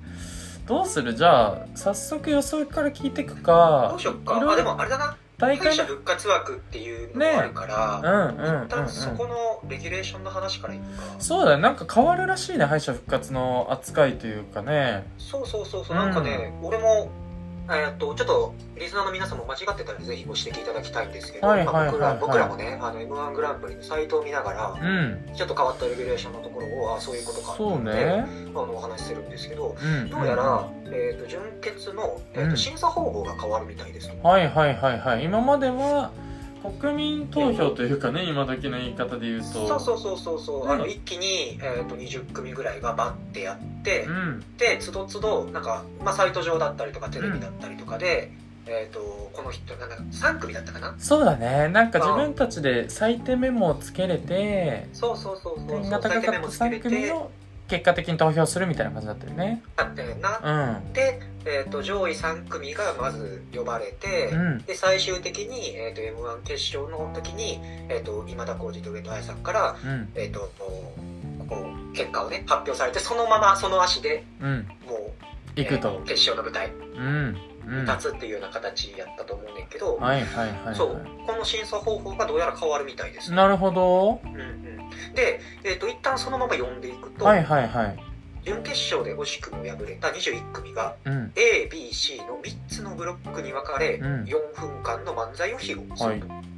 Speaker 1: どうするじゃあ早速予想から聞いていく
Speaker 2: ど
Speaker 1: か
Speaker 2: うしよっ
Speaker 1: い
Speaker 2: か
Speaker 1: ろ
Speaker 2: あ
Speaker 1: い
Speaker 2: で
Speaker 1: ろ
Speaker 2: もあれだな
Speaker 1: 大
Speaker 2: 敗
Speaker 1: 会
Speaker 2: 者
Speaker 1: の
Speaker 2: 復活枠っていうの
Speaker 1: ねえ
Speaker 2: もあるから、
Speaker 1: うんうんうん、う
Speaker 2: 一旦そこ
Speaker 1: ん
Speaker 2: のレギュレーションの話からいくか、
Speaker 1: そうだねなんか変わるらしいね敗者復活の扱いというかね
Speaker 2: そうそうそうそうなんかね、俺もえーっとちょっとリスナーの皆さんも間違ってたらぜひご指摘いただきたいんですけど、
Speaker 1: はいはいはいはい
Speaker 2: まあ僕ら僕らもねあの m 1グランプリのサイトを見ながら
Speaker 1: うん
Speaker 2: ちょっと変わったレギュレーションのところをあそういうことかと
Speaker 1: そ
Speaker 2: 思
Speaker 1: う
Speaker 2: って
Speaker 1: ね
Speaker 2: あのお話しするんですけど
Speaker 1: うん
Speaker 2: どうやら、えーっと準決の、えーっ
Speaker 1: う
Speaker 2: と
Speaker 1: ん
Speaker 2: 審査方法が変わるみたいですと、
Speaker 1: はいはいはいはい今までは国民投票というかね今時の言い方で言うと
Speaker 2: そうそうそうそうそう、
Speaker 1: うん
Speaker 2: あの一気に、えーっと20組ぐらいがバッてやって、
Speaker 1: ん
Speaker 2: でつどつどなんか、まあ、サイト上だったりとかテレビだったりとかで、えー、とこの人なんか3組だったかな
Speaker 1: そうだねなんか自分たちで採点メモをつけれて
Speaker 2: そうそうそうそう
Speaker 1: 点
Speaker 2: そ
Speaker 1: が
Speaker 2: う
Speaker 1: 高かった3組を結果的に投票するみたいな感じだったよね
Speaker 2: だったよな
Speaker 1: うん
Speaker 2: で、えー、と上位3組がまず呼ばれて、
Speaker 1: うん
Speaker 2: で最終的に、えー、と m 1決勝の時に、えー、と今田耕司と上戸彩さんから、
Speaker 1: うん
Speaker 2: えー、とこうこう結果をね発表されてそのままその足で
Speaker 1: うん
Speaker 2: もう
Speaker 1: 行くと
Speaker 2: えー決勝の舞台
Speaker 1: うんうん
Speaker 2: に立つっていうような形やったと思うねんだけど、
Speaker 1: はいはいはい
Speaker 2: そ
Speaker 1: は
Speaker 2: うこの審査方法がどうやら変わるみたいです
Speaker 1: いなるほど
Speaker 2: うんうんで、えー、と一旦そのまま呼んでいくと、
Speaker 1: はいはいはい
Speaker 2: 準決勝で惜しくも敗れた21組が
Speaker 1: うん
Speaker 2: ABC の3つのブロックに分かれ、
Speaker 1: うん
Speaker 2: 4分間の漫才を披露すると、
Speaker 1: は
Speaker 2: うん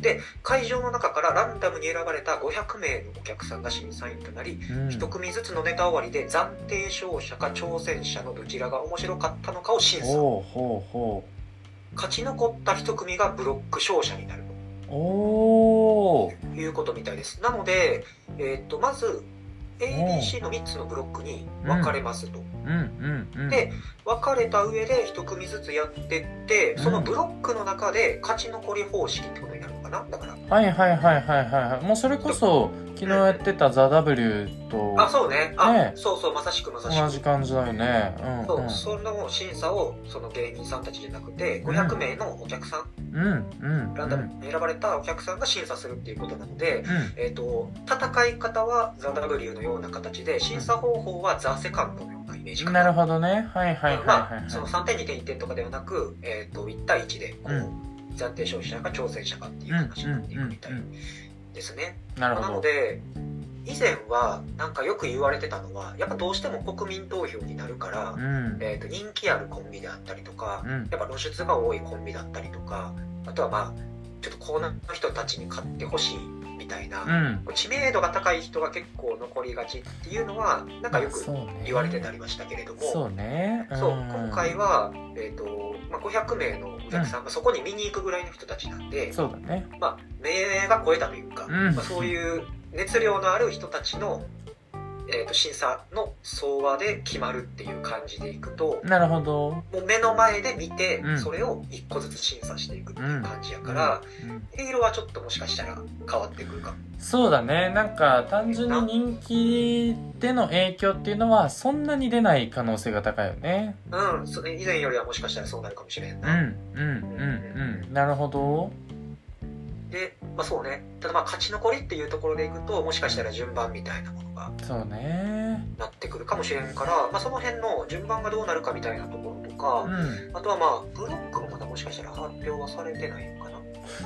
Speaker 2: で会場の中からランダムに選ばれた500名のお客さんが審査員となり、
Speaker 1: うん
Speaker 2: 1組ずつのネタ終わりで暫定勝者か挑戦者のどちらが面白かったのかを審査
Speaker 1: ほうほうほ
Speaker 2: 勝ち残った一組がブロック勝者になる
Speaker 1: おー
Speaker 2: ということみたいですなので、えー、とまず ABC の3つのブロックに分かれますと、
Speaker 1: うんうんうん
Speaker 2: で分かれた上で1組ずつやってってそのブロックの中で勝ち残り方式ってことになるのかなだから
Speaker 1: はいはいはいはいはいはいもうそれこそ昨日やってた「ザ・ w と
Speaker 2: あそうねあ
Speaker 1: ね
Speaker 2: そうそうまさしくまさしく
Speaker 1: 同じ感じだよねう
Speaker 2: そ
Speaker 1: ん
Speaker 2: うその審査をその芸人さんたちじゃなくて500名のお客さん、
Speaker 1: うんうんうん
Speaker 2: ランダムに選ばれたお客さんが審査するっていうことなの
Speaker 1: う
Speaker 2: で、
Speaker 1: ん
Speaker 2: えー、と戦い方はザ・ W のような形で審査方法はザ・セカンドのようなイメージかな。
Speaker 1: なるほどねはいはいはいはい
Speaker 2: まあ、その
Speaker 1: は
Speaker 2: 3点2点1点とかではなく、えー、と1対1でこう、
Speaker 1: う
Speaker 2: 暫定勝利者か挑戦者かって
Speaker 1: い
Speaker 2: いう話になってい
Speaker 1: うんうん
Speaker 2: くみたいですね。
Speaker 1: うんなる
Speaker 2: な
Speaker 1: ほ
Speaker 2: の
Speaker 1: ど
Speaker 2: で以前はなんかよく言われてたのはやっぱどうしても国民投票になるから、
Speaker 1: うん
Speaker 2: えー、と人気あるコンビであったりとか、
Speaker 1: うん
Speaker 2: やっぱ露出が多いコンビだったりとかあとはまあちょっとコーナーの人たちに買ってほしいみたいな、
Speaker 1: うん
Speaker 2: 知名度が高い人が結構残りがちっていうのはなんかよく
Speaker 1: そうね
Speaker 2: 言われてたりましたけれども
Speaker 1: そうね
Speaker 2: そう今回は、えーとまあ、500名のお客さんがそこに見に行くぐらいの人たちなんで、
Speaker 1: そうだね
Speaker 2: まあ、名が超えたというか、
Speaker 1: うん
Speaker 2: まあ、そういう熱量のある人たちの、えー、と審査の総和で決まるっていう感じでいくと、
Speaker 1: なるほど
Speaker 2: もう目の前で見て、
Speaker 1: うん
Speaker 2: それを一個ずつ審査していくっていう感じやから、
Speaker 1: うん
Speaker 2: 毛色はちょっともしかしたら変わってくるかも
Speaker 1: そうだねなんか単純に人気での影響っていうのはそんなに出ない可能性が高いよね
Speaker 2: うんそれ以前よりはもしかしたらそうなるかもしれん
Speaker 1: う
Speaker 2: な、
Speaker 1: んうんうんうんなるほど
Speaker 2: で、まあ、そうねただまあ勝ち残りっていうところでいくともしかしたら順番みたいなものが
Speaker 1: そうね
Speaker 2: なってくるかもしれんから、まあ、その辺の順番がどうなるかみたいなところと
Speaker 1: う
Speaker 2: か、
Speaker 1: ん
Speaker 2: あとはまあブロックもまだもしかしたら発表はされてないのかな、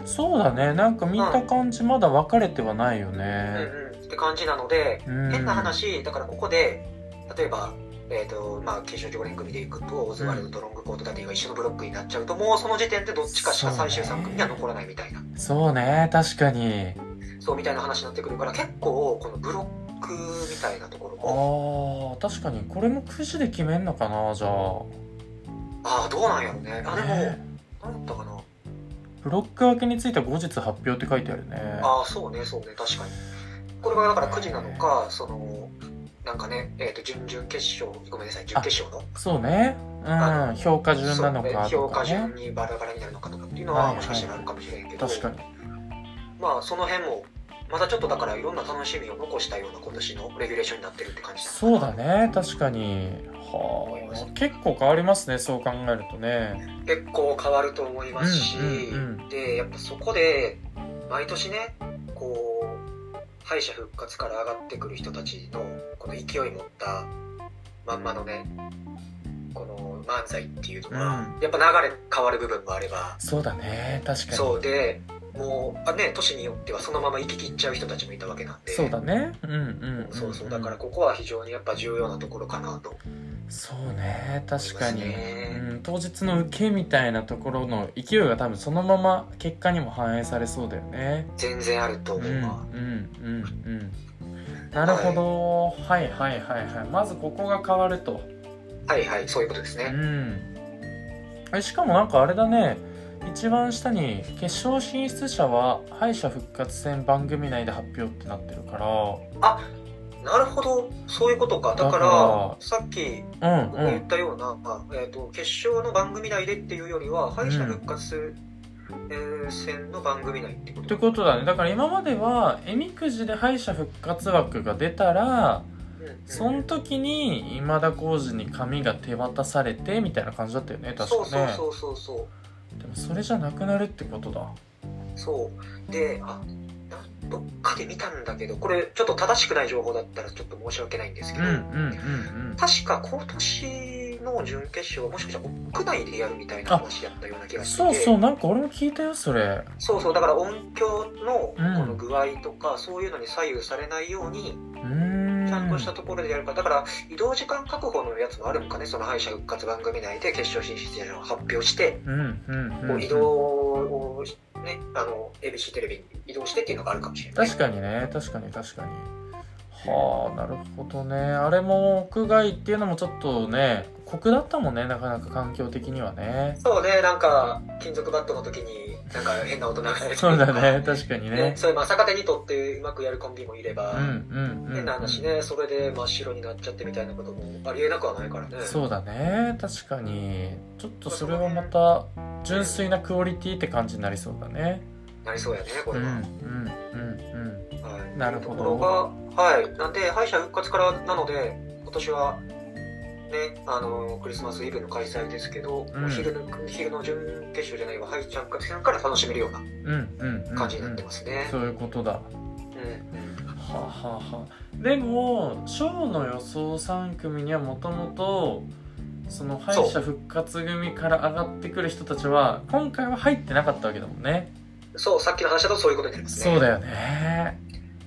Speaker 1: そうだねなんか見た感じまだ分かれてはないよね、
Speaker 2: うんうんって感じなので
Speaker 1: うん、
Speaker 2: 変な話だからここで例えば、えーとまあ、決勝15人組でいくとオズワルドとロングコートダディが一緒のブロックになっちゃうともうその時点でどっちかしか最終3組には残らないみたいな
Speaker 1: そうね確かに
Speaker 2: そうみたいな話になってくるから結構このブロックみたいなところも
Speaker 1: あー確かにこれもくじで決めんのかなじゃ
Speaker 2: ああどうなんやろねあ
Speaker 1: あ
Speaker 2: でも
Speaker 1: ね
Speaker 2: 何やったかな
Speaker 1: ブロック分けについては後日発表って書いてあるね
Speaker 2: ああそうねそうね確かにこれがだから9時なのかそのなんかねえっ、と準々決勝ごめんなさい準決勝の
Speaker 1: そうねうん評価順なのか
Speaker 2: そうね
Speaker 1: と
Speaker 2: 評価
Speaker 1: かね
Speaker 2: 順にバラバラになるのかとかっていうの
Speaker 1: はい
Speaker 2: は
Speaker 1: はい
Speaker 2: もしかしたらあるかもしれんけど、
Speaker 1: 確かに
Speaker 2: まあその辺もまたちょっとだからいろんな楽しみを残したような今年のレギュレーションになってるって感じ
Speaker 1: そうだ
Speaker 2: ね
Speaker 1: ね確かに
Speaker 2: 思いま
Speaker 1: は
Speaker 2: す
Speaker 1: あ結構変わりますねそう考えるとね
Speaker 2: 結構変わると思いますし、
Speaker 1: うんうんう
Speaker 2: でやっぱそこで毎年ねこう敗者復活から上がってくる人たちのこの勢い持ったまんまのねこの漫才っていうのは、やっぱ流れ変わる部分もあれば
Speaker 1: そうだね確かに
Speaker 2: そうでもうあ、ね、年によってはそのまま行き切っちゃう人たちもいたわけなんで
Speaker 1: そうだねうんうんんん
Speaker 2: そうそうだからここは非常にやっぱ重要なところかなと
Speaker 1: そうね確かに、
Speaker 2: 思いますね
Speaker 1: うん、当日の受けみたいなところの勢いが多分そのまま結果にも反映されそうだよね
Speaker 2: 全然あると
Speaker 1: うん
Speaker 2: 思
Speaker 1: う
Speaker 2: うんわ、
Speaker 1: うんうんなるほど、はい、はいはいはいまずここが変わると
Speaker 2: はいはいそういうことです
Speaker 1: う
Speaker 2: ね、
Speaker 1: んえしかもなんかあれだね一番下に決勝進出者は敗者復活戦番組内で発表ってなってるか
Speaker 2: なるほどそういうことかだ
Speaker 1: だか
Speaker 2: か
Speaker 1: ら
Speaker 2: らさっき
Speaker 1: らうん
Speaker 2: 僕
Speaker 1: う
Speaker 2: が言っ
Speaker 1: ん
Speaker 2: たような、まあえー、と決勝の番組内でっていうよりは敗者復活、えー戦の番組内ってこ
Speaker 1: っ
Speaker 2: と
Speaker 1: てことだねだから今まではえみくじで敗者復活枠が出たら
Speaker 2: うん
Speaker 1: その時に今田耕司に紙が手渡されてみたいな感じだったよね
Speaker 2: そ
Speaker 1: 確
Speaker 2: う
Speaker 1: かね
Speaker 2: そうそうそうそう
Speaker 1: でもそれじゃなくなるってことだ
Speaker 2: そうであなどっかで見たんだけどこれちょっと正しくない情報だったらちょっと申し訳ないんです
Speaker 1: う
Speaker 2: け
Speaker 1: ん
Speaker 2: ど、
Speaker 1: うんうん
Speaker 2: 確か今年の準決勝はもしかしたら屋内でやるみたいな話やったような気
Speaker 1: う
Speaker 2: が
Speaker 1: ん
Speaker 2: して
Speaker 1: そうそうなんか俺も聞いたよそれ
Speaker 2: そうそうだから音響のこ
Speaker 1: うん
Speaker 2: の具合とか、そういうのに左右されないように
Speaker 1: うーん
Speaker 2: ちゃんとしたところでやるから、だから移動時間確保のやつもあるんかね、その敗者復活番組内で決勝進出者を発表して、
Speaker 1: うんうん
Speaker 2: こ
Speaker 1: う
Speaker 2: うん移動をね、あの、ABC テレビに移動してっていうのがあるかもしれない。
Speaker 1: 確かにね確かに確かにはあなるほどねあれも屋外っていうのもちょっとね酷だったもんねなかなか環境的にはね
Speaker 2: そうね、なんか、金属バットの時に、なんか変な音流れてる
Speaker 1: そうだね確かに
Speaker 2: ね
Speaker 1: ね
Speaker 2: そういう、まあ、逆手にとってうまくやるコンビもいれば、
Speaker 1: うんうんうん、
Speaker 2: 変な話ね、それで真っ白になっちゃってみたいなこともありえなくはないからね。
Speaker 1: そうだね確かにちょっとそれはまた純粋なクオリティって感じになりそうだね
Speaker 2: なりそうやね、こ
Speaker 1: うん
Speaker 2: れ
Speaker 1: うん
Speaker 2: は。
Speaker 1: うん
Speaker 2: はい、
Speaker 1: なるほど
Speaker 2: ところが、はい。なんで、敗者復活からなので、今年は、ね、あのクリスマスイブの開催ですけど、
Speaker 1: うん
Speaker 2: お昼の昼の準決勝じゃないわ敗者復活戦から楽しめるような
Speaker 1: うんうんうんうん
Speaker 2: 感じになってますね。
Speaker 1: そういうことだは
Speaker 2: うん
Speaker 1: あはあはあでもショーの予想3組にはもともとその敗者復活組から上がってくる人たちは今回は入ってなかったわけだもんね
Speaker 2: そう、さっきの話だとそういうことになりますね。
Speaker 1: そうだよね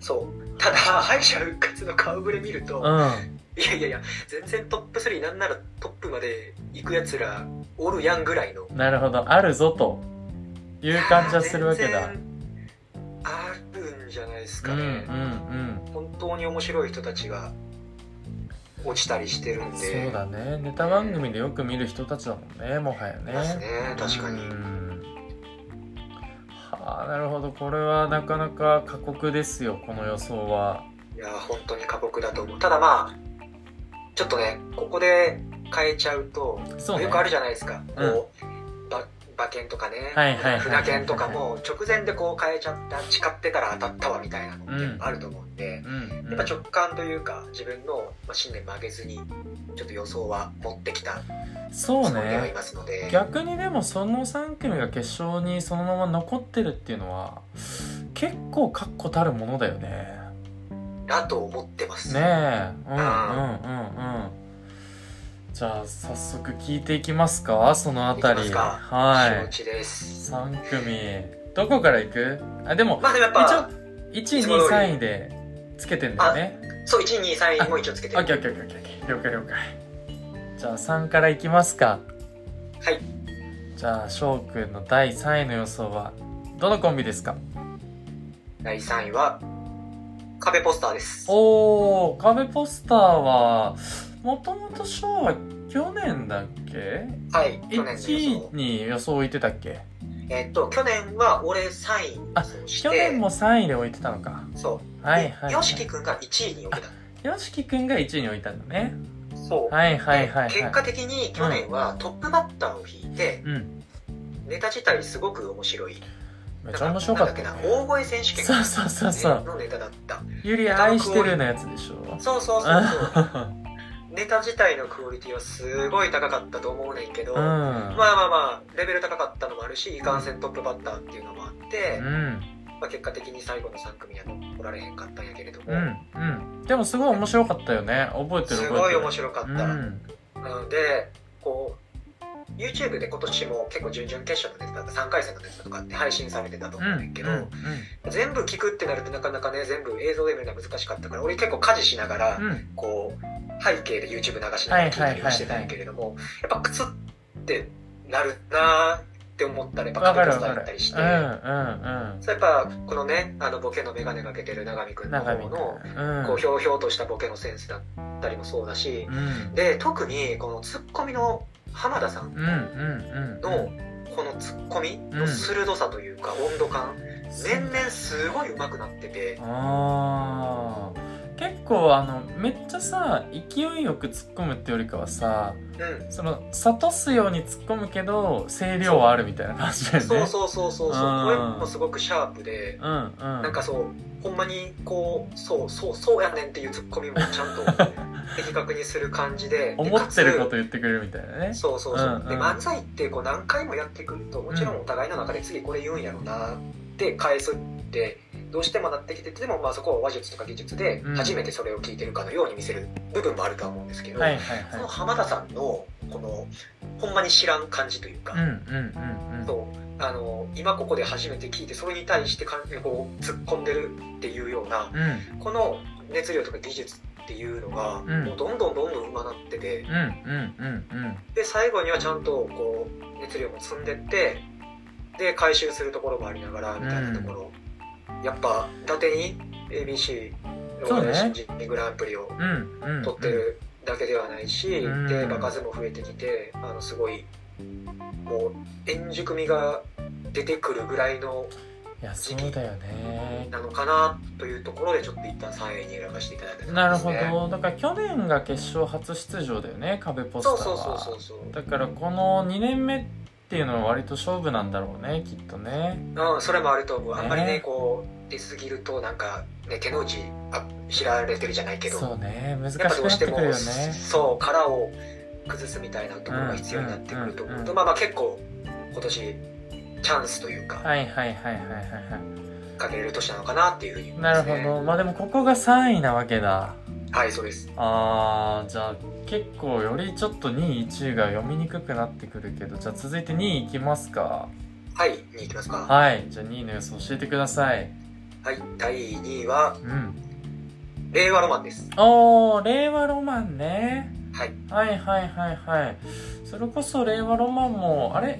Speaker 2: そう。ただ、敗者復活の顔ぶれ見る
Speaker 1: う
Speaker 2: と、
Speaker 1: ん
Speaker 2: いやいやいや、全然トップ3なんならトップまで行くやつらおるやんぐらいの。
Speaker 1: なるほどあるぞという感じはするわけだ
Speaker 2: 全然あるんじゃないです
Speaker 1: うん
Speaker 2: か
Speaker 1: うんう
Speaker 2: ね。
Speaker 1: ん
Speaker 2: 本当に面白い人たちが落ちたりしてるんで。
Speaker 1: そうだねネタ番組でよく見る人たちだもんねもはや
Speaker 2: い
Speaker 1: ね
Speaker 2: ますね、確かに。
Speaker 1: うんはあなるほどこれはなかなか過酷ですよこの予想はい
Speaker 2: や、本当に過酷だと思う。ただまあ、ちょっとね、ここで変えちゃうと、
Speaker 1: そうね
Speaker 2: よくあるじゃないですか、
Speaker 1: うん
Speaker 2: こうば馬券とかね、
Speaker 1: はいはいはい
Speaker 2: 船券とかも直前でこう変えちゃった誓ってたら当たったわみたいなのってやっぱあると思うんで、
Speaker 1: うん、う
Speaker 2: や
Speaker 1: ん
Speaker 2: っぱ直感というか自分のまあ信念曲げずにちょっと予想は持ってきた
Speaker 1: そう
Speaker 2: つもりではい
Speaker 1: ね
Speaker 2: ますので、
Speaker 1: 逆にでもその3組が決勝にそのまま残ってるっていうのは結構確固たるものだよね
Speaker 2: だと思ってます、
Speaker 1: ねえうんうんうんうんじゃあ早速聞いていきますかそのあた
Speaker 2: い
Speaker 1: り
Speaker 2: きます
Speaker 1: は
Speaker 2: 承知です
Speaker 1: い3組どこから行くあでも
Speaker 2: まあでもやっ
Speaker 1: 一
Speaker 2: ぱ
Speaker 1: 応1位2位3位でつけてんだよね
Speaker 2: そう1位2位3位も一応つけて
Speaker 1: オ
Speaker 2: る
Speaker 1: ッケーオッケーオッケーオッケー了解了解じゃあ3からいきますか
Speaker 2: はい
Speaker 1: じゃあ翔くんの第3位の予想はどのコンビですか
Speaker 2: 第3位は壁ポスターです
Speaker 1: おお壁ポスターはもともと翔は去年だっけ
Speaker 2: はい去年の予
Speaker 1: 1
Speaker 2: 想
Speaker 1: 位に予想置いてたっけ
Speaker 2: えっと去年は俺3位に予想して
Speaker 1: 去年も3位で置いてたのか
Speaker 2: そう
Speaker 1: はいはい、
Speaker 2: よ
Speaker 1: は
Speaker 2: しき
Speaker 1: い、
Speaker 2: くんが1位に置いた。
Speaker 1: よしきくんが1位に置いたんだね
Speaker 2: そう。
Speaker 1: はいはいはいはい
Speaker 2: 結果的に去年はトップバッターを引いて、
Speaker 1: うん
Speaker 2: ネタ自体すごく面白い。
Speaker 1: めっちゃ面白かった、ね
Speaker 2: なんだっけな、大声選手権
Speaker 1: そうそうそうそう
Speaker 2: のネタだった。
Speaker 1: ゆり愛してるのやつでしょ
Speaker 2: そうそうそうそう。ネタ自体のクオリティはすごい高かったと思うねんけど、
Speaker 1: うん
Speaker 2: まあまあまあ、レベル高かったのもあるし、いかんせんトップバッターっていうのもあって、
Speaker 1: うん
Speaker 2: まあ、結果的に最後の3組には残られへんかったんやけれども、
Speaker 1: うんうんでもすごい面白かったよね覚えてる
Speaker 2: す
Speaker 1: 覚
Speaker 2: ご
Speaker 1: え
Speaker 2: い
Speaker 1: てる
Speaker 2: 面白かった。
Speaker 1: うん
Speaker 2: なのでこう YouTube で今年も結構準々決勝のネタとか3回戦のネタとかって配信されてたと
Speaker 1: う
Speaker 2: 思うん
Speaker 1: ん
Speaker 2: だけど、
Speaker 1: うん
Speaker 2: 全部聞くってなるとなかなかね全部映像で見るのは難しかったから俺結構家事しながら、
Speaker 1: うんうん
Speaker 2: こう背景で YouTube 流しながら聞いたりはしてたんやけれども、やっぱクツってなるなーって思ったらやっぱ
Speaker 1: わか
Speaker 2: 壁
Speaker 1: る
Speaker 2: 伝
Speaker 1: わか
Speaker 2: わ
Speaker 1: る
Speaker 2: ったりして。
Speaker 1: うんうん
Speaker 2: そうやっぱこのねあのボケの眼鏡かけてる永見
Speaker 1: う
Speaker 2: く
Speaker 1: んん
Speaker 2: の方
Speaker 1: 中身
Speaker 2: の
Speaker 1: うん
Speaker 2: こうひょうひょうとしたボケのセンスだったりもそうだし、
Speaker 1: うん
Speaker 2: で特にこのツッコミの浜田さ
Speaker 1: うん
Speaker 2: ん
Speaker 1: うんうん
Speaker 2: のこのツッコミの鋭さというか温度感、年々すごい上手くなってて
Speaker 1: あー結構あのめっちゃさ勢いよく突っ込むってよりかはさ
Speaker 2: うん
Speaker 1: その諭すように突っ込むけど声量はあるみたいな感じだよね
Speaker 2: そうそうそうそうそう
Speaker 1: うん
Speaker 2: 声もすごくシャープで
Speaker 1: うんうん
Speaker 2: なんかそうほんまにこうそうそうそうやねんっていうツッコミもちゃんと的確にする感じで
Speaker 1: 思ってること
Speaker 2: と
Speaker 1: 言ってくれるみたいなね
Speaker 2: そうそうそう、
Speaker 1: うんうん
Speaker 2: で漫才ってこう何回もやってくるともちろんお互いの中で次これ言うんやろなって返すってどうしてもなってきててでもまあそこを話術とか技術で
Speaker 1: うん
Speaker 2: 初めてそれを聞いてるかのように見せる部分もあるとは思うんですけど、
Speaker 1: はいはい
Speaker 2: その
Speaker 1: は
Speaker 2: 浜田さんのこのほんまに知らん感じという
Speaker 1: い
Speaker 2: か、
Speaker 1: うんうんうんうん
Speaker 2: そうあの今ここで初めて聞いてそれに対してかんこう突っ込んでるっていうような
Speaker 1: うん
Speaker 2: この熱量とか技術っていうのが、
Speaker 1: ん
Speaker 2: もうどんどんどんどん上手なってて
Speaker 1: うんうんうんうん
Speaker 2: で最後にはちゃんとこう熱量も積んでってで回収するところもありながらみたいなところ、やっぱ伊達に ABC のの
Speaker 1: そうね
Speaker 2: 新人グランプリを
Speaker 1: うんうんうん
Speaker 2: 取ってるだけではないし、
Speaker 1: うん
Speaker 2: で、場数も増えてきて、あの、すごい、もう、円熟味が出てくるぐらいの、
Speaker 1: いやそうだよね
Speaker 2: なのかなというところで、ちょっと一旦3位に選ばせていただいた
Speaker 1: な
Speaker 2: 感
Speaker 1: る
Speaker 2: じです
Speaker 1: ほど
Speaker 2: ね。
Speaker 1: だから去年が決勝初出場だよね壁ポスター
Speaker 2: そう
Speaker 1: は
Speaker 2: そうそうそうそう。
Speaker 1: だからこの2年目っていうのは割と勝負なんだろうねきっとね
Speaker 2: うん、それもあると思う。
Speaker 1: ね
Speaker 2: あんまりね、こう、出すぎると、なんか、ね、手の内あ知られてるじゃないけど、
Speaker 1: そうね難しく
Speaker 2: やっぱど
Speaker 1: な
Speaker 2: う
Speaker 1: っ
Speaker 2: してて
Speaker 1: く
Speaker 2: も、
Speaker 1: るよね
Speaker 2: そう、殻を崩すみたいなところが必要になってくると
Speaker 1: うんうん
Speaker 2: 思
Speaker 1: う
Speaker 2: う。
Speaker 1: ん
Speaker 2: とまあまあ結構、今年、チャンスというか、
Speaker 1: はいはいはいはいはいは
Speaker 2: かけれる年なのかなっていうふうに
Speaker 1: い
Speaker 2: 思い
Speaker 1: な
Speaker 2: ま
Speaker 1: る
Speaker 2: す、ね。
Speaker 1: ほどまあでもここが3位なわけだ
Speaker 2: はい、そうです。
Speaker 1: あーじゃあ結構よりちょっと2位1位が読みにくくなってくるけどじゃあ続いて2位いきますか
Speaker 2: はい、に行きますか。
Speaker 1: はいじゃあ2位の予想教えてください
Speaker 2: はい、第2位は、
Speaker 1: うん
Speaker 2: 令和ロマンです。
Speaker 1: おー令和ロマンね
Speaker 2: はい。
Speaker 1: はいはいはいはいそれこそ令和ロマンもあれ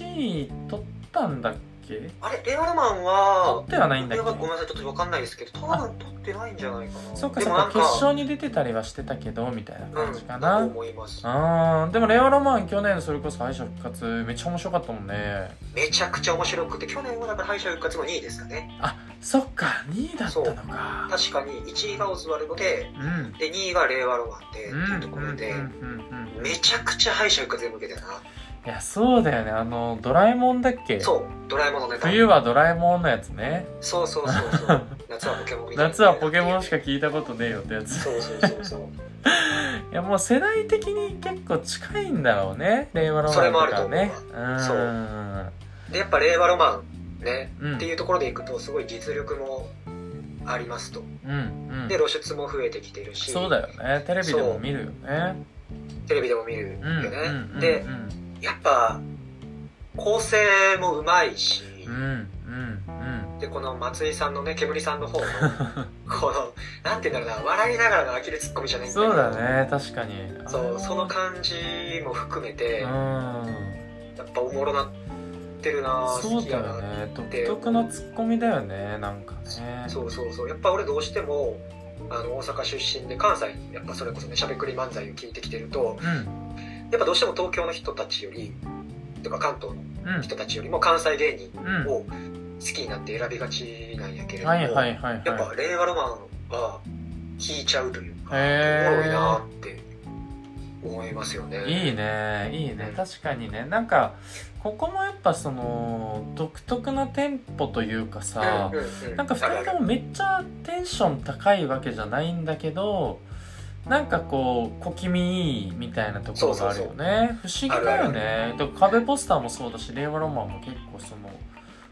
Speaker 1: ABC 取ったんだっけ
Speaker 2: あれ、令和ロマン
Speaker 1: 取
Speaker 2: は
Speaker 1: っ、てはないん
Speaker 2: こ
Speaker 1: だ
Speaker 2: れ
Speaker 1: っ
Speaker 2: はごめん
Speaker 1: け
Speaker 2: なさい、ちょっとわかんないですけど、多分取ってないんじゃないかな。
Speaker 1: そうか
Speaker 2: で
Speaker 1: そう
Speaker 2: も
Speaker 1: か
Speaker 2: なん
Speaker 1: 決勝に出てたりはしてたけどみたいな感じかな、
Speaker 2: うん、だと思います。
Speaker 1: あーでも令和ロマン去年それこそ敗者復活めっちゃ面白かったもんね
Speaker 2: めちゃくちゃ面白くて、去年はだから敗者復活の2位ですかね。
Speaker 1: そっか2位だったのか
Speaker 2: 確かに1位がオズワルドで、
Speaker 1: うん
Speaker 2: で、2位が令和ロマンで、って
Speaker 1: うん
Speaker 2: いうところで
Speaker 1: うん、うんうんうん
Speaker 2: めちゃくちゃ敗者復活に向けてたな。
Speaker 1: いやそうだよねあのドラえもんだっけ
Speaker 2: そう、ドラえもんのネタ。
Speaker 1: 冬はドラえもんのやつね
Speaker 2: そうそうそう そう。夏はポケモンみたいな。
Speaker 1: 夏はポケモンしか聞いたことねえよってやつ
Speaker 2: そうそうそうそう。
Speaker 1: いやもう世代的に結構近いんだろうね令和ロマンとかね
Speaker 2: そ
Speaker 1: うん
Speaker 2: と思うで、やっぱ令和ロマン、ね、
Speaker 1: うん
Speaker 2: っていうところでいくと、すごい実力もありますと。
Speaker 1: うんうん
Speaker 2: で、露出も増えてきてるし、
Speaker 1: そうだよねテレビでも見るよね
Speaker 2: テレビでも見るよね。
Speaker 1: うんうんうんうん
Speaker 2: で、やっぱ、構成もうまいし、
Speaker 1: うんうん
Speaker 2: で、この松井さんのね、煙さんの 方の、この、なんて言うんだろうな、笑いながらの呆れツッコミじゃな
Speaker 1: う
Speaker 2: い
Speaker 1: ん
Speaker 2: んだけ
Speaker 1: そ
Speaker 2: ど
Speaker 1: うだ。ね確かに
Speaker 2: そう、その
Speaker 1: 感
Speaker 2: 感じも含めて、
Speaker 1: じう
Speaker 2: や
Speaker 1: ん
Speaker 2: っぱおもろなってるなぁ
Speaker 1: そ
Speaker 2: 好
Speaker 1: う
Speaker 2: き
Speaker 1: だ
Speaker 2: や
Speaker 1: よ
Speaker 2: な
Speaker 1: ね独特のツッコミだよねなんかね
Speaker 2: そうそうそうやっぱ俺どうしてもあの大阪出身で関西やっぱそれこそねしゃべくり漫才を聞いてきてると
Speaker 1: うん
Speaker 2: やっぱどうしても東京の人たちよりとか関東の
Speaker 1: うん
Speaker 2: 人たちよりも関西芸人
Speaker 1: うん
Speaker 2: を好きになって選びがちなんやけれども、
Speaker 1: はいはいはい
Speaker 2: やっ
Speaker 1: は
Speaker 2: ぱ令和ロマンは引いちゃうというかおも
Speaker 1: へー
Speaker 2: ろいなって思いますよね
Speaker 1: いいいねいいね確かにねなんかここもやっぱその独特なテンポというか
Speaker 2: うん
Speaker 1: さ
Speaker 2: うんうん
Speaker 1: なんか2人ともめっちゃテンション高いわけじゃないんだけどなんかこう小気味いいみたいなところがあるよね不思議だよねでも壁ポスターもそうだし令和ロマンも結構その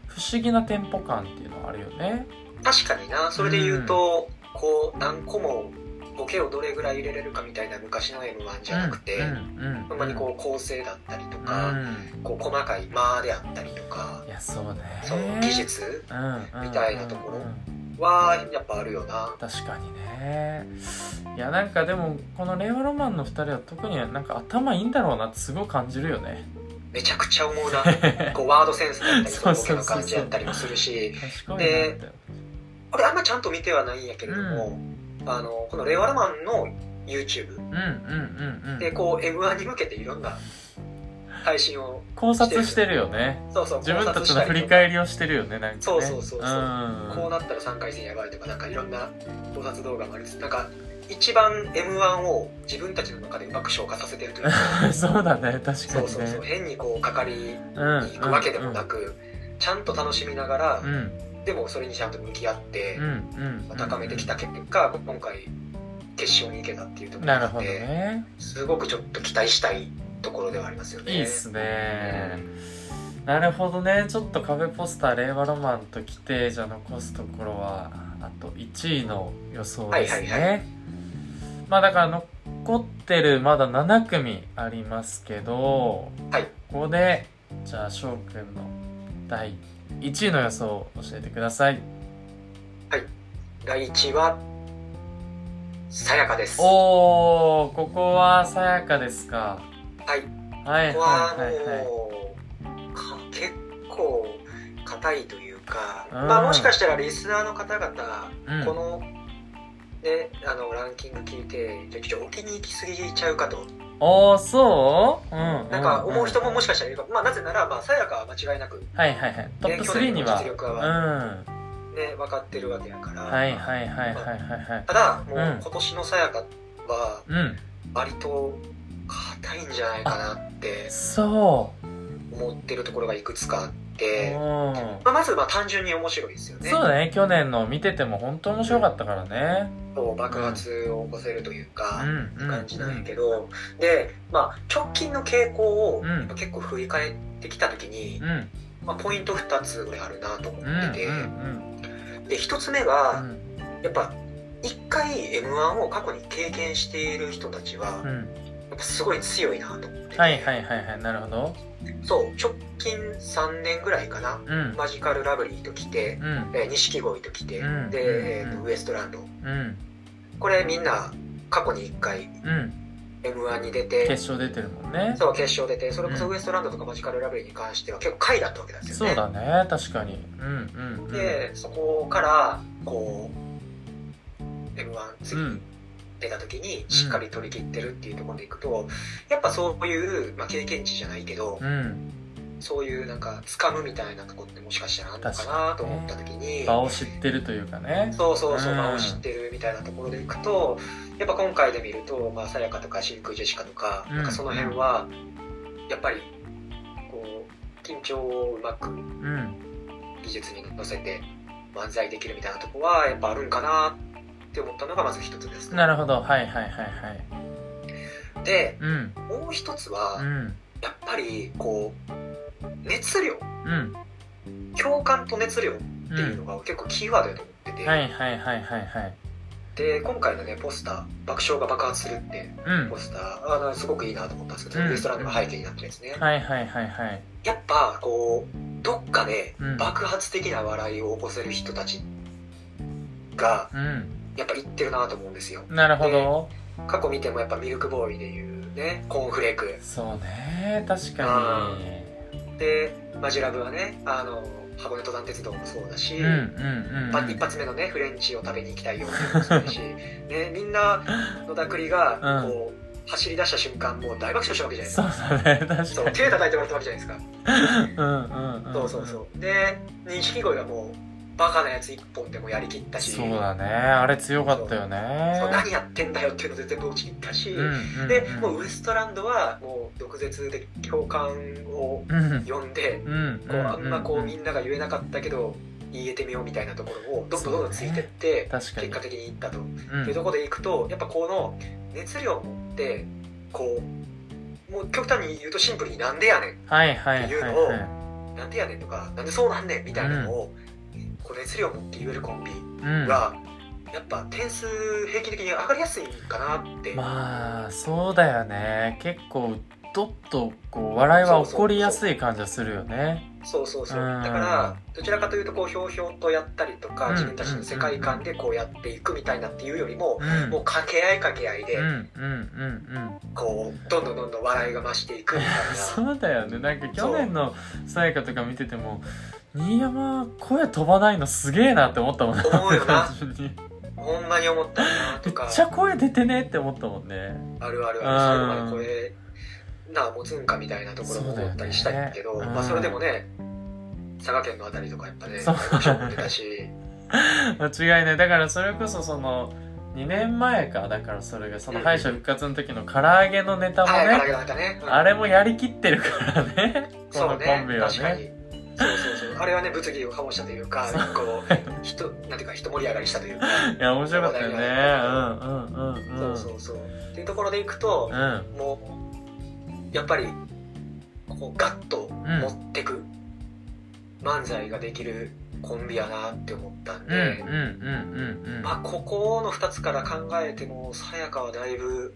Speaker 1: 不思議なテンポ感っていうのはあるよね
Speaker 2: 確かになそれで言うと、こう何個もボケをどれぐらい入れれるかみたいな昔の m 1じゃなくて、
Speaker 1: うん
Speaker 2: ほんまにこう構成だったりと
Speaker 1: う
Speaker 2: か、
Speaker 1: ん
Speaker 2: こう細かい間であったりとか
Speaker 1: いやそうね
Speaker 2: その技術みたいなところ
Speaker 1: うんうんうん
Speaker 2: はやっぱあるよな
Speaker 1: 確かにねいやなんかでもこの令和ロマンの2人は特になんか頭いいんだろうなってすごい感じるよね
Speaker 2: めちゃくちゃ思 うなこうワードセンスだったり
Speaker 1: そう
Speaker 2: そ
Speaker 1: そう
Speaker 2: の
Speaker 1: そう
Speaker 2: の感じだったりもするし
Speaker 1: 賢いなって
Speaker 2: これあんまちゃんと見てはないんやけれども、あのこの令和ロマンの YouTube
Speaker 1: うんうんうんう
Speaker 2: で
Speaker 1: ん
Speaker 2: こう m 1に向けていろんな配信を
Speaker 1: 考察してるよね
Speaker 2: そうそう
Speaker 1: 自分たちの振り
Speaker 2: り
Speaker 1: 返りをしてるよねなんかね
Speaker 2: そうそうそうそうこうんなったら3回戦やばいとかなんかいろんな考察動画もありつつなんか一番 m 1を自分たちの中でうまく消化させてるという か
Speaker 1: そうだね確か
Speaker 2: そう
Speaker 1: に
Speaker 2: そうそう
Speaker 1: ね
Speaker 2: 変にこうかかり
Speaker 1: うん
Speaker 2: に行くわけでもなく、ちゃんと楽しみながら、
Speaker 1: うん
Speaker 2: でもそれにちゃんと向き合って
Speaker 1: うん、うんうん
Speaker 2: 高めてきた結果今回決勝に行けたっていうところ
Speaker 1: な
Speaker 2: な
Speaker 1: るほ
Speaker 2: の
Speaker 1: ど
Speaker 2: で、
Speaker 1: ね
Speaker 2: すごくちょっと期待したいところではありますよね
Speaker 1: いいっすね
Speaker 2: うん
Speaker 1: なるほどねちょっと壁ポスター令和ロマンときてじゃあ残すところはあと1位の予想ですね、
Speaker 2: はいはいは
Speaker 1: まあだから残ってるまだ7組ありますけど、
Speaker 2: はい
Speaker 1: ここでじゃあ翔くんの第1位の予想を教えてください
Speaker 2: 第1位はさやかですは
Speaker 1: おーここはさやかですか
Speaker 2: い
Speaker 1: はいはい
Speaker 2: ここは
Speaker 1: はいはい
Speaker 2: もうか結構硬いというか、
Speaker 1: うん
Speaker 2: まあもしかしたらリスナーの方々
Speaker 1: うん
Speaker 2: このね、あのランキング聞いてちょちょっとお気に行き過ぎちゃうかと
Speaker 1: ああそううんう
Speaker 2: なんか思う人もも
Speaker 1: し
Speaker 2: しかしたらいるかも、まあ、なぜならまあさやかは間違いなく、ね、
Speaker 1: はいはいはいトップ3には
Speaker 2: 去年の実力
Speaker 1: う
Speaker 2: は、
Speaker 1: ん
Speaker 2: ね、分かってるわけやから、
Speaker 1: はいはいはいはいはいはい
Speaker 2: ただも
Speaker 1: うん
Speaker 2: う今年のさやかは
Speaker 1: うん
Speaker 2: 割と硬いんじゃないかなって
Speaker 1: そう
Speaker 2: 思ってるところがいくつかあっ
Speaker 1: うん
Speaker 2: て、まあ、まずまあ単純に面白いですよね
Speaker 1: そうだね去年の見てても本当面白かったからね
Speaker 2: もう爆発を起こせるというか、
Speaker 1: うんうん
Speaker 2: 感じなんやけど、で、まあ、直近の傾向を
Speaker 1: うん
Speaker 2: やっぱ結構振り返ってきた時に、
Speaker 1: うんうん
Speaker 2: まあ、ポイント2つぐらいあるなと思っ
Speaker 1: うんうん
Speaker 2: てて、
Speaker 1: うん
Speaker 2: で1つ目
Speaker 1: う
Speaker 2: が
Speaker 1: ん
Speaker 2: やっぱ1回 m 1を過去に経験している人たちは
Speaker 1: う
Speaker 2: や
Speaker 1: ん
Speaker 2: っぱすごい強いなと思って、
Speaker 1: はいはいはいはいなるほど
Speaker 2: そう直近3年ぐらいかな
Speaker 1: うん
Speaker 2: マジカルラブリーと来て
Speaker 1: うん
Speaker 2: えー錦鯉と来て、
Speaker 1: うん
Speaker 2: で、えーと
Speaker 1: うん
Speaker 2: ウエストランド
Speaker 1: うん
Speaker 2: これみんな過去に1回
Speaker 1: うん
Speaker 2: m 1に出て
Speaker 1: 決勝出てるもんね
Speaker 2: そう決勝出てそれこそ
Speaker 1: うん
Speaker 2: ウエストランドとかマジカルラブリーに関しては結構下位だったわけなんですよ
Speaker 1: そ
Speaker 2: ね
Speaker 1: うだね確かにうんうんうん
Speaker 2: でそこからこ
Speaker 1: う
Speaker 2: う m 1次に
Speaker 1: ん
Speaker 2: 出た時にしっかり取り切ってるっていうところでいくとやっぱそういう、まあ、経験値じゃないけど
Speaker 1: うん
Speaker 2: そういうなんか掴むみたいなとこってもしかしたらあんのかなと思った時に
Speaker 1: 場を知ってるというかね
Speaker 2: そうそうそう
Speaker 1: うん
Speaker 2: 場を知ってるみたいなところでいくとやっぱ今回で見るとまあさやかとか真空ジェシカとか
Speaker 1: うん
Speaker 2: なんかその辺はやっぱりこう緊張をうまく
Speaker 1: うん
Speaker 2: 技術に乗せて漫才できるみたいなとこはやっぱあるんかなって思ったのがまず一つです、
Speaker 1: なるほどはいはいはいはい
Speaker 2: で
Speaker 1: うん
Speaker 2: もう一つ
Speaker 1: う
Speaker 2: は
Speaker 1: ん
Speaker 2: やっぱりこう熱量
Speaker 1: うん
Speaker 2: 共感と熱量っ
Speaker 1: う
Speaker 2: ていうの
Speaker 1: ん
Speaker 2: が結構キーワードやと思ってて、
Speaker 1: はいはいはいはいはい
Speaker 2: で今回のねポスター「爆笑が爆発する」って
Speaker 1: うん
Speaker 2: ポスターあのすごくいいなと思ったんですけど、
Speaker 1: うん
Speaker 2: ウエストランドが背景になってるやつね、
Speaker 1: はいはいはいはい
Speaker 2: やっぱこうどっかで
Speaker 1: うん
Speaker 2: 爆発的な笑いを起こせる人たちが
Speaker 1: うん
Speaker 2: やっぱ言ってるなと思うんですよ
Speaker 1: なるほど
Speaker 2: 過去見てもやっぱミルクボーイでいうねコーンフレーク
Speaker 1: そうね確かに
Speaker 2: でマジラブはねあの箱根登山鉄道もそうだし、
Speaker 1: うんうんうん
Speaker 2: ま一発目のねフレンチを食べに行きたいよもそ うだし、ね、みんな野田栗が
Speaker 1: うん
Speaker 2: こう、走り出した瞬間もう大爆笑したわけじゃないです
Speaker 1: そう
Speaker 2: か
Speaker 1: だね確かに
Speaker 2: そう手叩いてもらったわけじゃないです
Speaker 1: う
Speaker 2: か
Speaker 1: んうんうん
Speaker 2: そうそうそうで錦鯉がもうバカなやつ一本でもやりきったし
Speaker 1: そうだねあれ強かったよ
Speaker 2: そう
Speaker 1: ね
Speaker 2: 何やってんだよっていうので全部落ちきったし、
Speaker 1: うんうんうん
Speaker 2: でもうウエストランドはもう毒舌で共感を
Speaker 1: うん
Speaker 2: 呼んで
Speaker 1: うん
Speaker 2: こうあんまこ
Speaker 1: う
Speaker 2: うんみんなが言えなかったけど言えてみようみたいなところをどんどんどんどんついてって
Speaker 1: 確かに
Speaker 2: 結果的にいったという
Speaker 1: うん
Speaker 2: ところでいくとやっぱこの熱量を持ってこうもう極端に言うとシンプルになんでやね
Speaker 1: はいはいはい
Speaker 2: っていうのを
Speaker 1: は
Speaker 2: んなんでやねんとかなんでそうなんねんみたいなのをこう熱量を持って言えるコンビ
Speaker 1: いうん
Speaker 2: がやっぱ点数平均的に上がりやすいかなって
Speaker 1: まあそうだよね結構どっとこう笑いは起こりやすい感じはするよね
Speaker 2: そうそうそう
Speaker 1: うん
Speaker 2: だからどちらかというとこうひょうひょうとやったりと
Speaker 1: う
Speaker 2: か
Speaker 1: ん
Speaker 2: 自分たちの世界観でこうやっていくみたいなっていうよりも
Speaker 1: う
Speaker 2: もうん掛け合い掛け合いで
Speaker 1: うんうんうん
Speaker 2: こうどんどんどんどん笑いが増していくみたい
Speaker 1: うん
Speaker 2: な
Speaker 1: そうだよねなんか去年のさやかとか見てても新山声飛ばないのすげえなって思ったもんな
Speaker 2: 思うよな
Speaker 1: 単純にめ
Speaker 2: ほんまに思ったなと か
Speaker 1: っちゃ声出てねって思ったもんね
Speaker 2: あるある
Speaker 1: うん
Speaker 2: ある最後までこれなあ持つんかみたいなところも思ったりしたんやけ
Speaker 1: そう
Speaker 2: ど
Speaker 1: だよね
Speaker 2: まあ
Speaker 1: うん
Speaker 2: それでもね佐賀県のあたりとかやっぱ ね
Speaker 1: そう
Speaker 2: 面白く出たし
Speaker 1: 間違いないだからそれこそその2年前かだからそれがその敗者復活の時の唐揚げのネタも
Speaker 2: はいから
Speaker 1: ね
Speaker 2: げなんかねうん
Speaker 1: あれもやりきってるからね こ
Speaker 2: そ
Speaker 1: の
Speaker 2: う
Speaker 1: コンビは
Speaker 2: 確かに
Speaker 1: ね
Speaker 2: そうそうそうあれはね物議を醸したというか
Speaker 1: そう
Speaker 2: こうひとなんていうか人盛り上がりしたというか、
Speaker 1: いや面白かったよねうんうんうんうん
Speaker 2: そうそうそうっていうところでいくと
Speaker 1: う、ん
Speaker 2: もうやっぱりこうガッと持ってく漫才ができるコンビやなって思ったん
Speaker 1: うんうん
Speaker 2: で、
Speaker 1: うんうんうん
Speaker 2: まあここの2つから考えてもさやかはだいぶ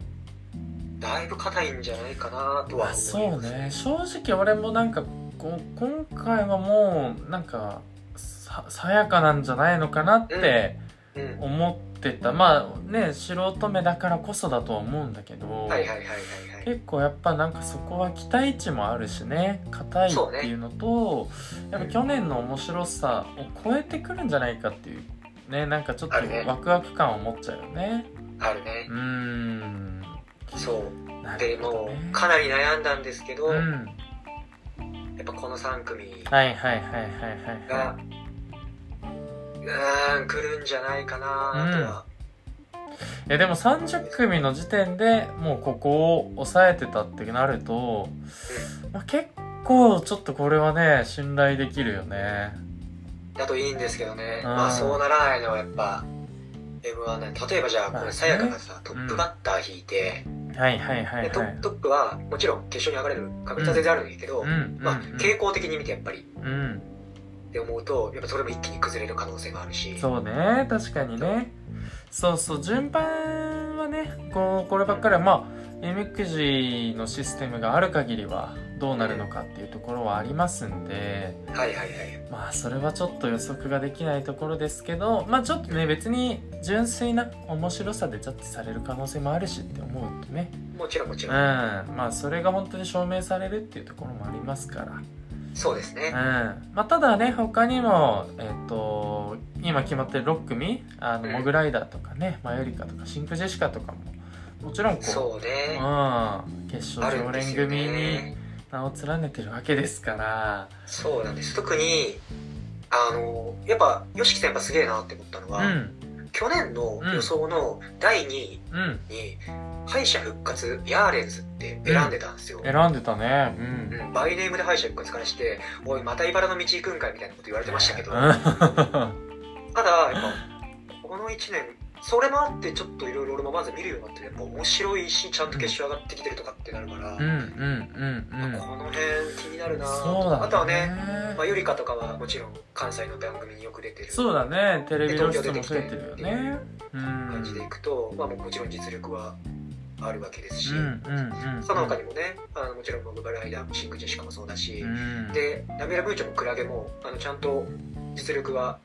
Speaker 2: だいぶ硬いんじゃないかなと
Speaker 1: あ
Speaker 2: は思い
Speaker 1: そ
Speaker 2: ま
Speaker 1: う
Speaker 2: す
Speaker 1: ね正直俺もなんかこう今回はもうなんかささやかなんじゃないのかなって
Speaker 2: うん
Speaker 1: 思ってた、まあね素人目だからこそだとは思うんだけど、
Speaker 2: はいはいはいはいはい
Speaker 1: 結構やっぱなんかそこは期待値もあるしね硬いっていうのとやっぱ去年の面白さを超えてくるんじゃないかっていうねなんかちょっと
Speaker 2: あるね
Speaker 1: ワクワク感を持っちゃうよね
Speaker 2: あるね
Speaker 1: う。ーん
Speaker 2: そう。
Speaker 1: な
Speaker 2: で、
Speaker 1: るほど
Speaker 2: も
Speaker 1: ね
Speaker 2: う、かなり悩んだんですけど、
Speaker 1: う
Speaker 2: や
Speaker 1: ん
Speaker 2: っぱこの3組
Speaker 1: はいはいはいはいはい
Speaker 2: が
Speaker 1: は、
Speaker 2: うーん、来るんじゃないかなとは。
Speaker 1: いいやでも30組の時点でもうここを抑えてたってなると、まあ、結構ちょっとこれはね信頼できるよね
Speaker 2: だといいんですけどね。
Speaker 1: うん
Speaker 2: まあ、そうならないのはやっぱ、M1 ね、例えばじゃあ、これ、さやかがさ、トップバッター引いて、
Speaker 1: はいはいはい
Speaker 2: でト
Speaker 1: はい
Speaker 2: ットップは、もちろん決勝に上がれる確率は全然あるんですけど、
Speaker 1: うん
Speaker 2: まあ、傾向的に見てやっぱり、
Speaker 1: うん、うん
Speaker 2: って思うと、やっぱそれも一気に崩れる可能性があるし。
Speaker 1: そうね確かにねそうそう順番はねこうこればっかりはまあ M くじのシステムがある限りはどうなるのかっていうところはありますんで
Speaker 2: はいはいはい。
Speaker 1: まあそれはちょっと予測ができないところですけどまあちょっとね別に純粋な面白さでジャッジされる可能性もあるしって思うとね
Speaker 2: もちろんもち
Speaker 1: うん
Speaker 2: ろん。
Speaker 1: まあそれが本当に証明されるっていうところもありますから
Speaker 2: そうですね。
Speaker 1: うんまあ、ただね他にも、えっと今決まってる6組あの、
Speaker 2: うん
Speaker 1: モグライダーとかねマヨリカとかシンクジェシカとかももちろんこう
Speaker 2: そう
Speaker 1: う、
Speaker 2: ね。
Speaker 1: ん、決
Speaker 2: あ
Speaker 1: 勝
Speaker 2: る
Speaker 1: 常
Speaker 2: んです
Speaker 1: 連
Speaker 2: よ
Speaker 1: 組に
Speaker 2: ね。
Speaker 1: 名を連ねてるわけですから、
Speaker 2: そうなんです。特に、あの、やっぱ、ヨシキさんやっぱすげえなって思ったの
Speaker 1: う
Speaker 2: は、
Speaker 1: ん
Speaker 2: 去年の予想の第2位
Speaker 1: うん
Speaker 2: に、敗者復活、ヤーレンズって選んでたんですよ。
Speaker 1: 選んでたねう
Speaker 2: うんん、バイネームで敗者復活からして、おい、また茨の道行くんかいみたいなこと言われてましたけど、
Speaker 1: うん
Speaker 2: ただ、やっぱ、この1年、それもあって、ちょっといろいろ俺もまず見るようになって、やっぱ面白いし、ちゃんと決勝上がってきてるとかってなるから、
Speaker 1: うんうんうんうん
Speaker 2: この辺気になるなぁ
Speaker 1: そうだね
Speaker 2: あとはね、まあ、ゆりかとかはもちろん関西の番組によく出てる
Speaker 1: そうだねテレビ露出も増えてるよねうん
Speaker 2: 感じでいくと、まあ、もちろん実力はあるわけですし、
Speaker 1: うんうんうん
Speaker 2: その他にもねあのもちろん僕がライダーもシンクジェシカもそうだし、
Speaker 1: うん
Speaker 2: でナミラブーチョもクラゲもあのちゃんと実力が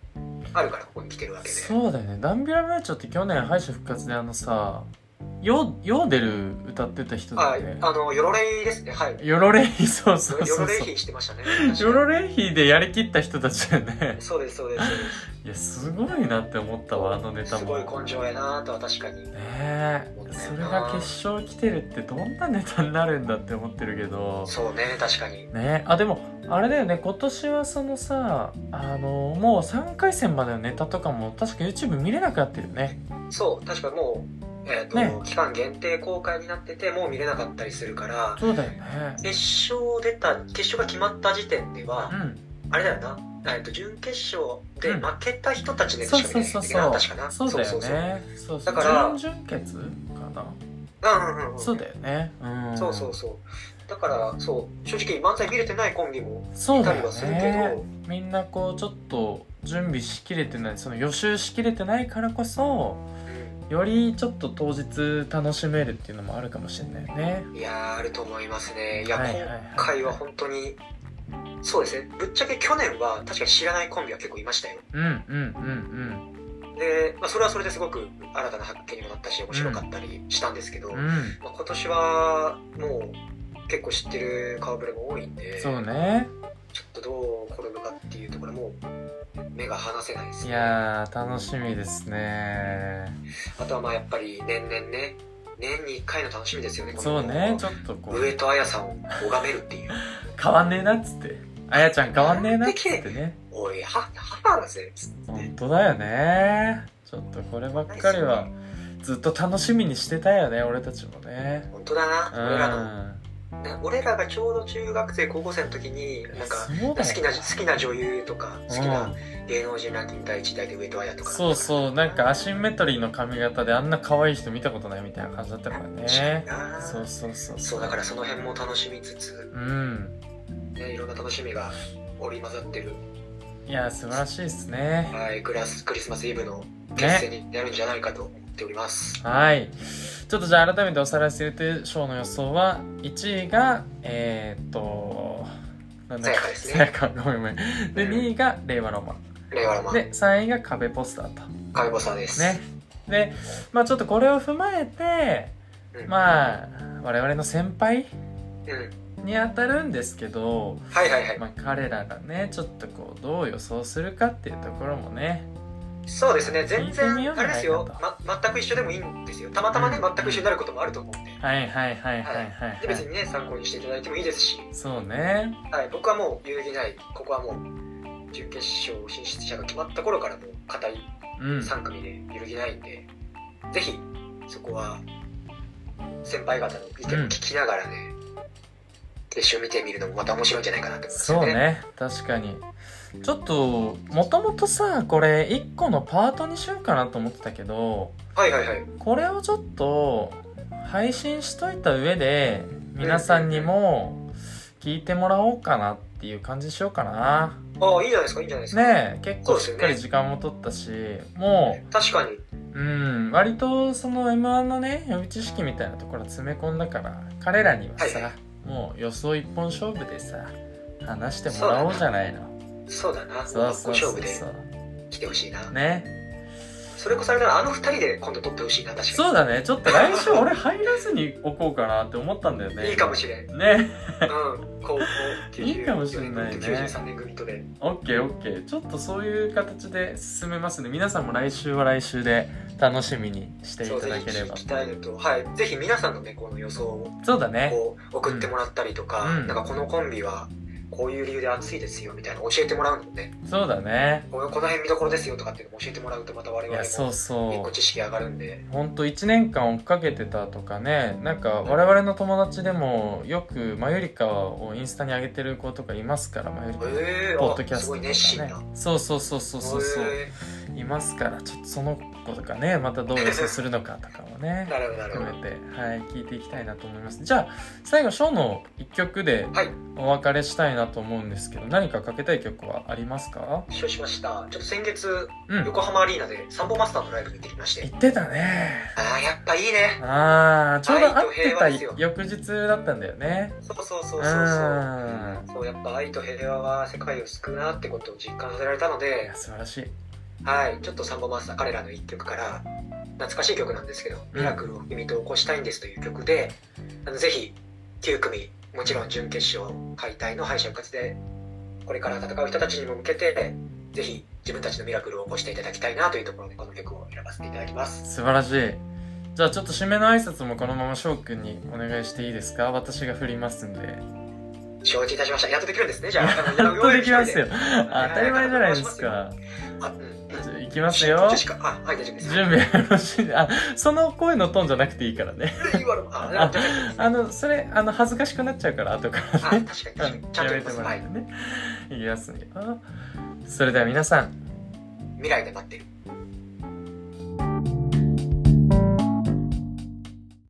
Speaker 2: あるからここに来てるわけで
Speaker 1: そうだよねダンビラムーチョって去年敗者復活であのさ「よヨーデル」歌ってた人だ
Speaker 2: は
Speaker 1: よ
Speaker 2: い
Speaker 1: ね
Speaker 2: あのよろれいですねはい
Speaker 1: ヨロレイヒそうそう
Speaker 2: よ
Speaker 1: そ
Speaker 2: ろ
Speaker 1: う
Speaker 2: れい
Speaker 1: そ
Speaker 2: ひしてましたね
Speaker 1: うヨロレイヒでやりきった人たちだよね
Speaker 2: そうですそうですそうです
Speaker 1: いやすごいなって思ったわあのネタ
Speaker 2: すごい
Speaker 1: も
Speaker 2: 根性やなとは確かに
Speaker 1: ねえそれが決勝来てるってどんなネタになるんだって思ってるけど
Speaker 2: そうね確かに
Speaker 1: ねあでもあれだよね今年はそのさあのもう3回戦までのネタとかも確か YouTube 見れなくなってるよね
Speaker 2: そう確かもう、えーと
Speaker 1: ね
Speaker 2: 期間限定公開になっててもう見れなかったりするから
Speaker 1: そうだよね
Speaker 2: 決勝出た決勝が決まった時点では
Speaker 1: う、ん
Speaker 2: あれだよな、えー、と準決勝で
Speaker 1: うん
Speaker 2: 負けた人たちね、
Speaker 1: そう
Speaker 2: しか
Speaker 1: そう
Speaker 2: 見
Speaker 1: そ
Speaker 2: れな
Speaker 1: う
Speaker 2: いんだ
Speaker 1: そ
Speaker 2: よ
Speaker 1: う
Speaker 2: な確かな
Speaker 1: そうだよねそうそう
Speaker 2: だから
Speaker 1: 準々決かな、
Speaker 2: そううんうんうん
Speaker 1: そうだよねうん
Speaker 2: そうそうそうだからそう正直漫才見れてないコンビも
Speaker 1: そう
Speaker 2: いた
Speaker 1: だ
Speaker 2: り
Speaker 1: よ
Speaker 2: はするけど、
Speaker 1: ねみんなこうちょっと準備しきれてないその予習しきれてないからこそよりちょっと当日楽しめるっていうのもあるかもしれないよね
Speaker 2: うんいやーあると思いますねいや、
Speaker 1: はいはいはい
Speaker 2: 今回は本当にそうですねぶっちゃけ去年は確かに知らないコンビは結構いましたよ
Speaker 1: うんうんうん
Speaker 2: で、まあ、それはそれですごく新たな発見にもなったし面白かったりしたんですけど、
Speaker 1: うん
Speaker 2: ま
Speaker 1: うん
Speaker 2: あ、今年はもう結構知ってる顔ぶれも多いんで
Speaker 1: そうね
Speaker 2: ちょっとどう転ぶかっていうところも目が離せないです
Speaker 1: い
Speaker 2: ね
Speaker 1: やー楽しみですね
Speaker 2: あとはまあやっぱり年々ね年に1回の楽しみですよね
Speaker 1: そうねちょっと
Speaker 2: こ
Speaker 1: こ
Speaker 2: の
Speaker 1: う
Speaker 2: 上戸彩さんを拝めるっていう
Speaker 1: 変わんねえなっつってあやちゃん変わんねえなっつってね
Speaker 2: おいは母だぜっつって
Speaker 1: 本当だよねちょっとこればっかりはずっと楽しみにしてたよね俺たちもね
Speaker 2: 本当だ
Speaker 1: うん
Speaker 2: な俺らのな俺らがちょうど中学生高校生の時になんか
Speaker 1: そう
Speaker 2: 好
Speaker 1: だ
Speaker 2: き
Speaker 1: よ
Speaker 2: な好きな女優とか好きな芸能人ランキング第1代で上戸彩とか
Speaker 1: そうそうなんかアシンメトリーの髪型であんな可愛い人見たことないみたいな感じだったからね
Speaker 2: なそ
Speaker 1: そううそうそう
Speaker 2: だからその辺も楽しみつつ、
Speaker 1: うん
Speaker 2: ね、いろんな楽しみが織り交ざってる、
Speaker 1: いや素晴らしいですね
Speaker 2: はい、クラスクリスマスイブの決戦になるんじゃないかと思っております、
Speaker 1: はい。ちょっとじゃあ改めておさらいすると、ショーの予想は、1位が、えーっと、なんだっ
Speaker 2: さやか
Speaker 1: け、
Speaker 2: ですね
Speaker 1: やか、ごめんごめん。で、
Speaker 2: うん
Speaker 1: 2位が、令和ロマ
Speaker 2: 令和ロマ
Speaker 1: ン。
Speaker 2: ン
Speaker 1: で、3位が、壁ポスターと。
Speaker 2: カイボサです、
Speaker 1: ね。で、まあちょっとこれを踏まえて、
Speaker 2: うん、
Speaker 1: まあ、我々の先輩
Speaker 2: うん、
Speaker 1: に当たるんですけど、
Speaker 2: はいはいはい
Speaker 1: まあ彼らがね、ちょっとこう、どう予想するかっていうところもね、
Speaker 2: そうですね全
Speaker 1: 聞いてみよう
Speaker 2: 然
Speaker 1: じ
Speaker 2: あ
Speaker 1: ゃないかと
Speaker 2: れですよ、ま、全く一緒でもいいんですよたまたまね全く一緒になることもあると思うんで
Speaker 1: はいはいはいはいはい、は
Speaker 2: で別
Speaker 1: い、
Speaker 2: にね参考にしていただいてもいいですし、
Speaker 1: そうね
Speaker 2: はい、僕はもう遊戯ないここはもう準決勝進出者が決まった頃からもう固い
Speaker 1: うん
Speaker 2: 3組で揺るぎないんで、ぜひそこは先輩方の意見を聞きながらね、決勝見てみるのもまた面白いんじゃないかなと思います
Speaker 1: そ
Speaker 2: よ
Speaker 1: う
Speaker 2: ね。
Speaker 1: ね確かにちょっともともとさこれ1個のパートにしようかなと思ってたけど
Speaker 2: はいはいはい。
Speaker 1: これをちょっと配信しといた上で皆さんにも聞いてもらおうかなっていう感じしようかな
Speaker 2: ああ、いいじゃないですか、いいじゃないですか。
Speaker 1: ねえ結構し
Speaker 2: そうです
Speaker 1: っ
Speaker 2: よね
Speaker 1: かり時間も取ったしも
Speaker 2: 確かに。
Speaker 1: ううん割とその m 1のね予備知識みたいなところは詰め込んだから彼らにはさ、
Speaker 2: はいは
Speaker 1: もう予想一本勝負でさ話してもらおうじゃないの
Speaker 2: そうだな。
Speaker 1: そうそう
Speaker 2: 真っ向
Speaker 1: そ
Speaker 2: 勝負
Speaker 1: う
Speaker 2: で
Speaker 1: そう
Speaker 2: 来てほしいな。
Speaker 1: ね
Speaker 2: それこそあれだな、あの二人で今度撮ってほしいな、確かに。
Speaker 1: そうだねちょっと来週俺入らずにおこうかなって思ったんだよね
Speaker 2: いいかもしれん。うん。
Speaker 1: ね
Speaker 2: 高校
Speaker 1: いいかもしれ
Speaker 2: 94
Speaker 1: ないね
Speaker 2: 年組と93年組とで。
Speaker 1: オッケーオッケーちょっとそういう形で進めますね皆さんも来週は来週で楽しみにしてい
Speaker 2: そう、
Speaker 1: た
Speaker 2: ぜ
Speaker 1: だ
Speaker 2: ひ
Speaker 1: けれ
Speaker 2: 聞
Speaker 1: ば
Speaker 2: きたいのと、はい。ぜひ皆さんのね、この予想を
Speaker 1: そうだね
Speaker 2: こう送ってもらったりとか、
Speaker 1: うん
Speaker 2: なんかこのコンビはこういう理由で熱いですよみたいなの教えてもらうのもね
Speaker 1: そうだね
Speaker 2: このこの辺見どころですよとかっていうのも教えてもらうとまた我
Speaker 1: い
Speaker 2: 々も
Speaker 1: や
Speaker 2: 結
Speaker 1: そう
Speaker 2: 構
Speaker 1: そ
Speaker 2: 知識上がるんで
Speaker 1: うほんと1年間追っかけてたとかねなんか我々の友達でもよくマユリカをインスタに上げてる子とかいますからマユリカの
Speaker 2: え
Speaker 1: ポッドキ
Speaker 2: ー、
Speaker 1: ャ
Speaker 2: あす
Speaker 1: ス
Speaker 2: ごい
Speaker 1: ト
Speaker 2: 熱
Speaker 1: と
Speaker 2: 心
Speaker 1: か
Speaker 2: な
Speaker 1: ねそうそうそうそうそうそう
Speaker 2: え
Speaker 1: いますからちょっとその子とかねまたどう予想するのかとかもね
Speaker 2: ーなるほどなるほ
Speaker 1: 含
Speaker 2: ど
Speaker 1: めて、はい、聞いていきたいなと思いますじゃあ最後ショーの1曲で
Speaker 2: はい
Speaker 1: お別れしたいなと思うんですけど何かかけたい曲はありますか
Speaker 2: 承知しましたちょっと先月
Speaker 1: うん
Speaker 2: 横浜アリーナでサンボマスターのライブに行ってきまして、
Speaker 1: 言ってたね
Speaker 2: ああやっぱいいね
Speaker 1: ああちょうど会っ
Speaker 2: 愛と平和です
Speaker 1: て
Speaker 2: よ
Speaker 1: た翌日だったんだよね
Speaker 2: そうそうそうそう
Speaker 1: う
Speaker 2: そうんそうやっぱ愛と平和は世界を救うなってことを実感させられたの
Speaker 1: い
Speaker 2: で
Speaker 1: や素晴らしい
Speaker 2: はい、ちょっとサンボマスター彼らの一曲から懐かしい曲なんですけど「ミラクルを君と起こしたいんです」という曲で、あのぜひ9組もちろん準決勝解体の敗者復活でこれから戦う人たちにも向けてぜひ自分たちのミラクルを起こしていただきたいなというところでこの曲を選ばせていただきます
Speaker 1: 素晴らしいじゃあちょっと締めの挨拶もこのまま翔くんにお願いしていいですか私が振りますんで
Speaker 2: 承知いたしましたやっとできるんですねじゃあ
Speaker 1: やっとできますよ当
Speaker 2: や
Speaker 1: たり前じゃないですか
Speaker 2: あうん
Speaker 1: じゃあいきますよ
Speaker 2: ジェシカあはい大丈夫です
Speaker 1: 準備よろしいあその声のトーンじゃなくていいからね
Speaker 2: 言われあ大丈夫です
Speaker 1: あのそれあの恥ずかしくなっちゃうから後か
Speaker 2: あ
Speaker 1: らね
Speaker 2: 確かに確かにちゃんと
Speaker 1: や
Speaker 2: 言
Speaker 1: め
Speaker 2: い
Speaker 1: て
Speaker 2: ます
Speaker 1: も
Speaker 2: は
Speaker 1: らっ
Speaker 2: い
Speaker 1: てねいきますよそれでは皆さん
Speaker 2: 未来で待ってる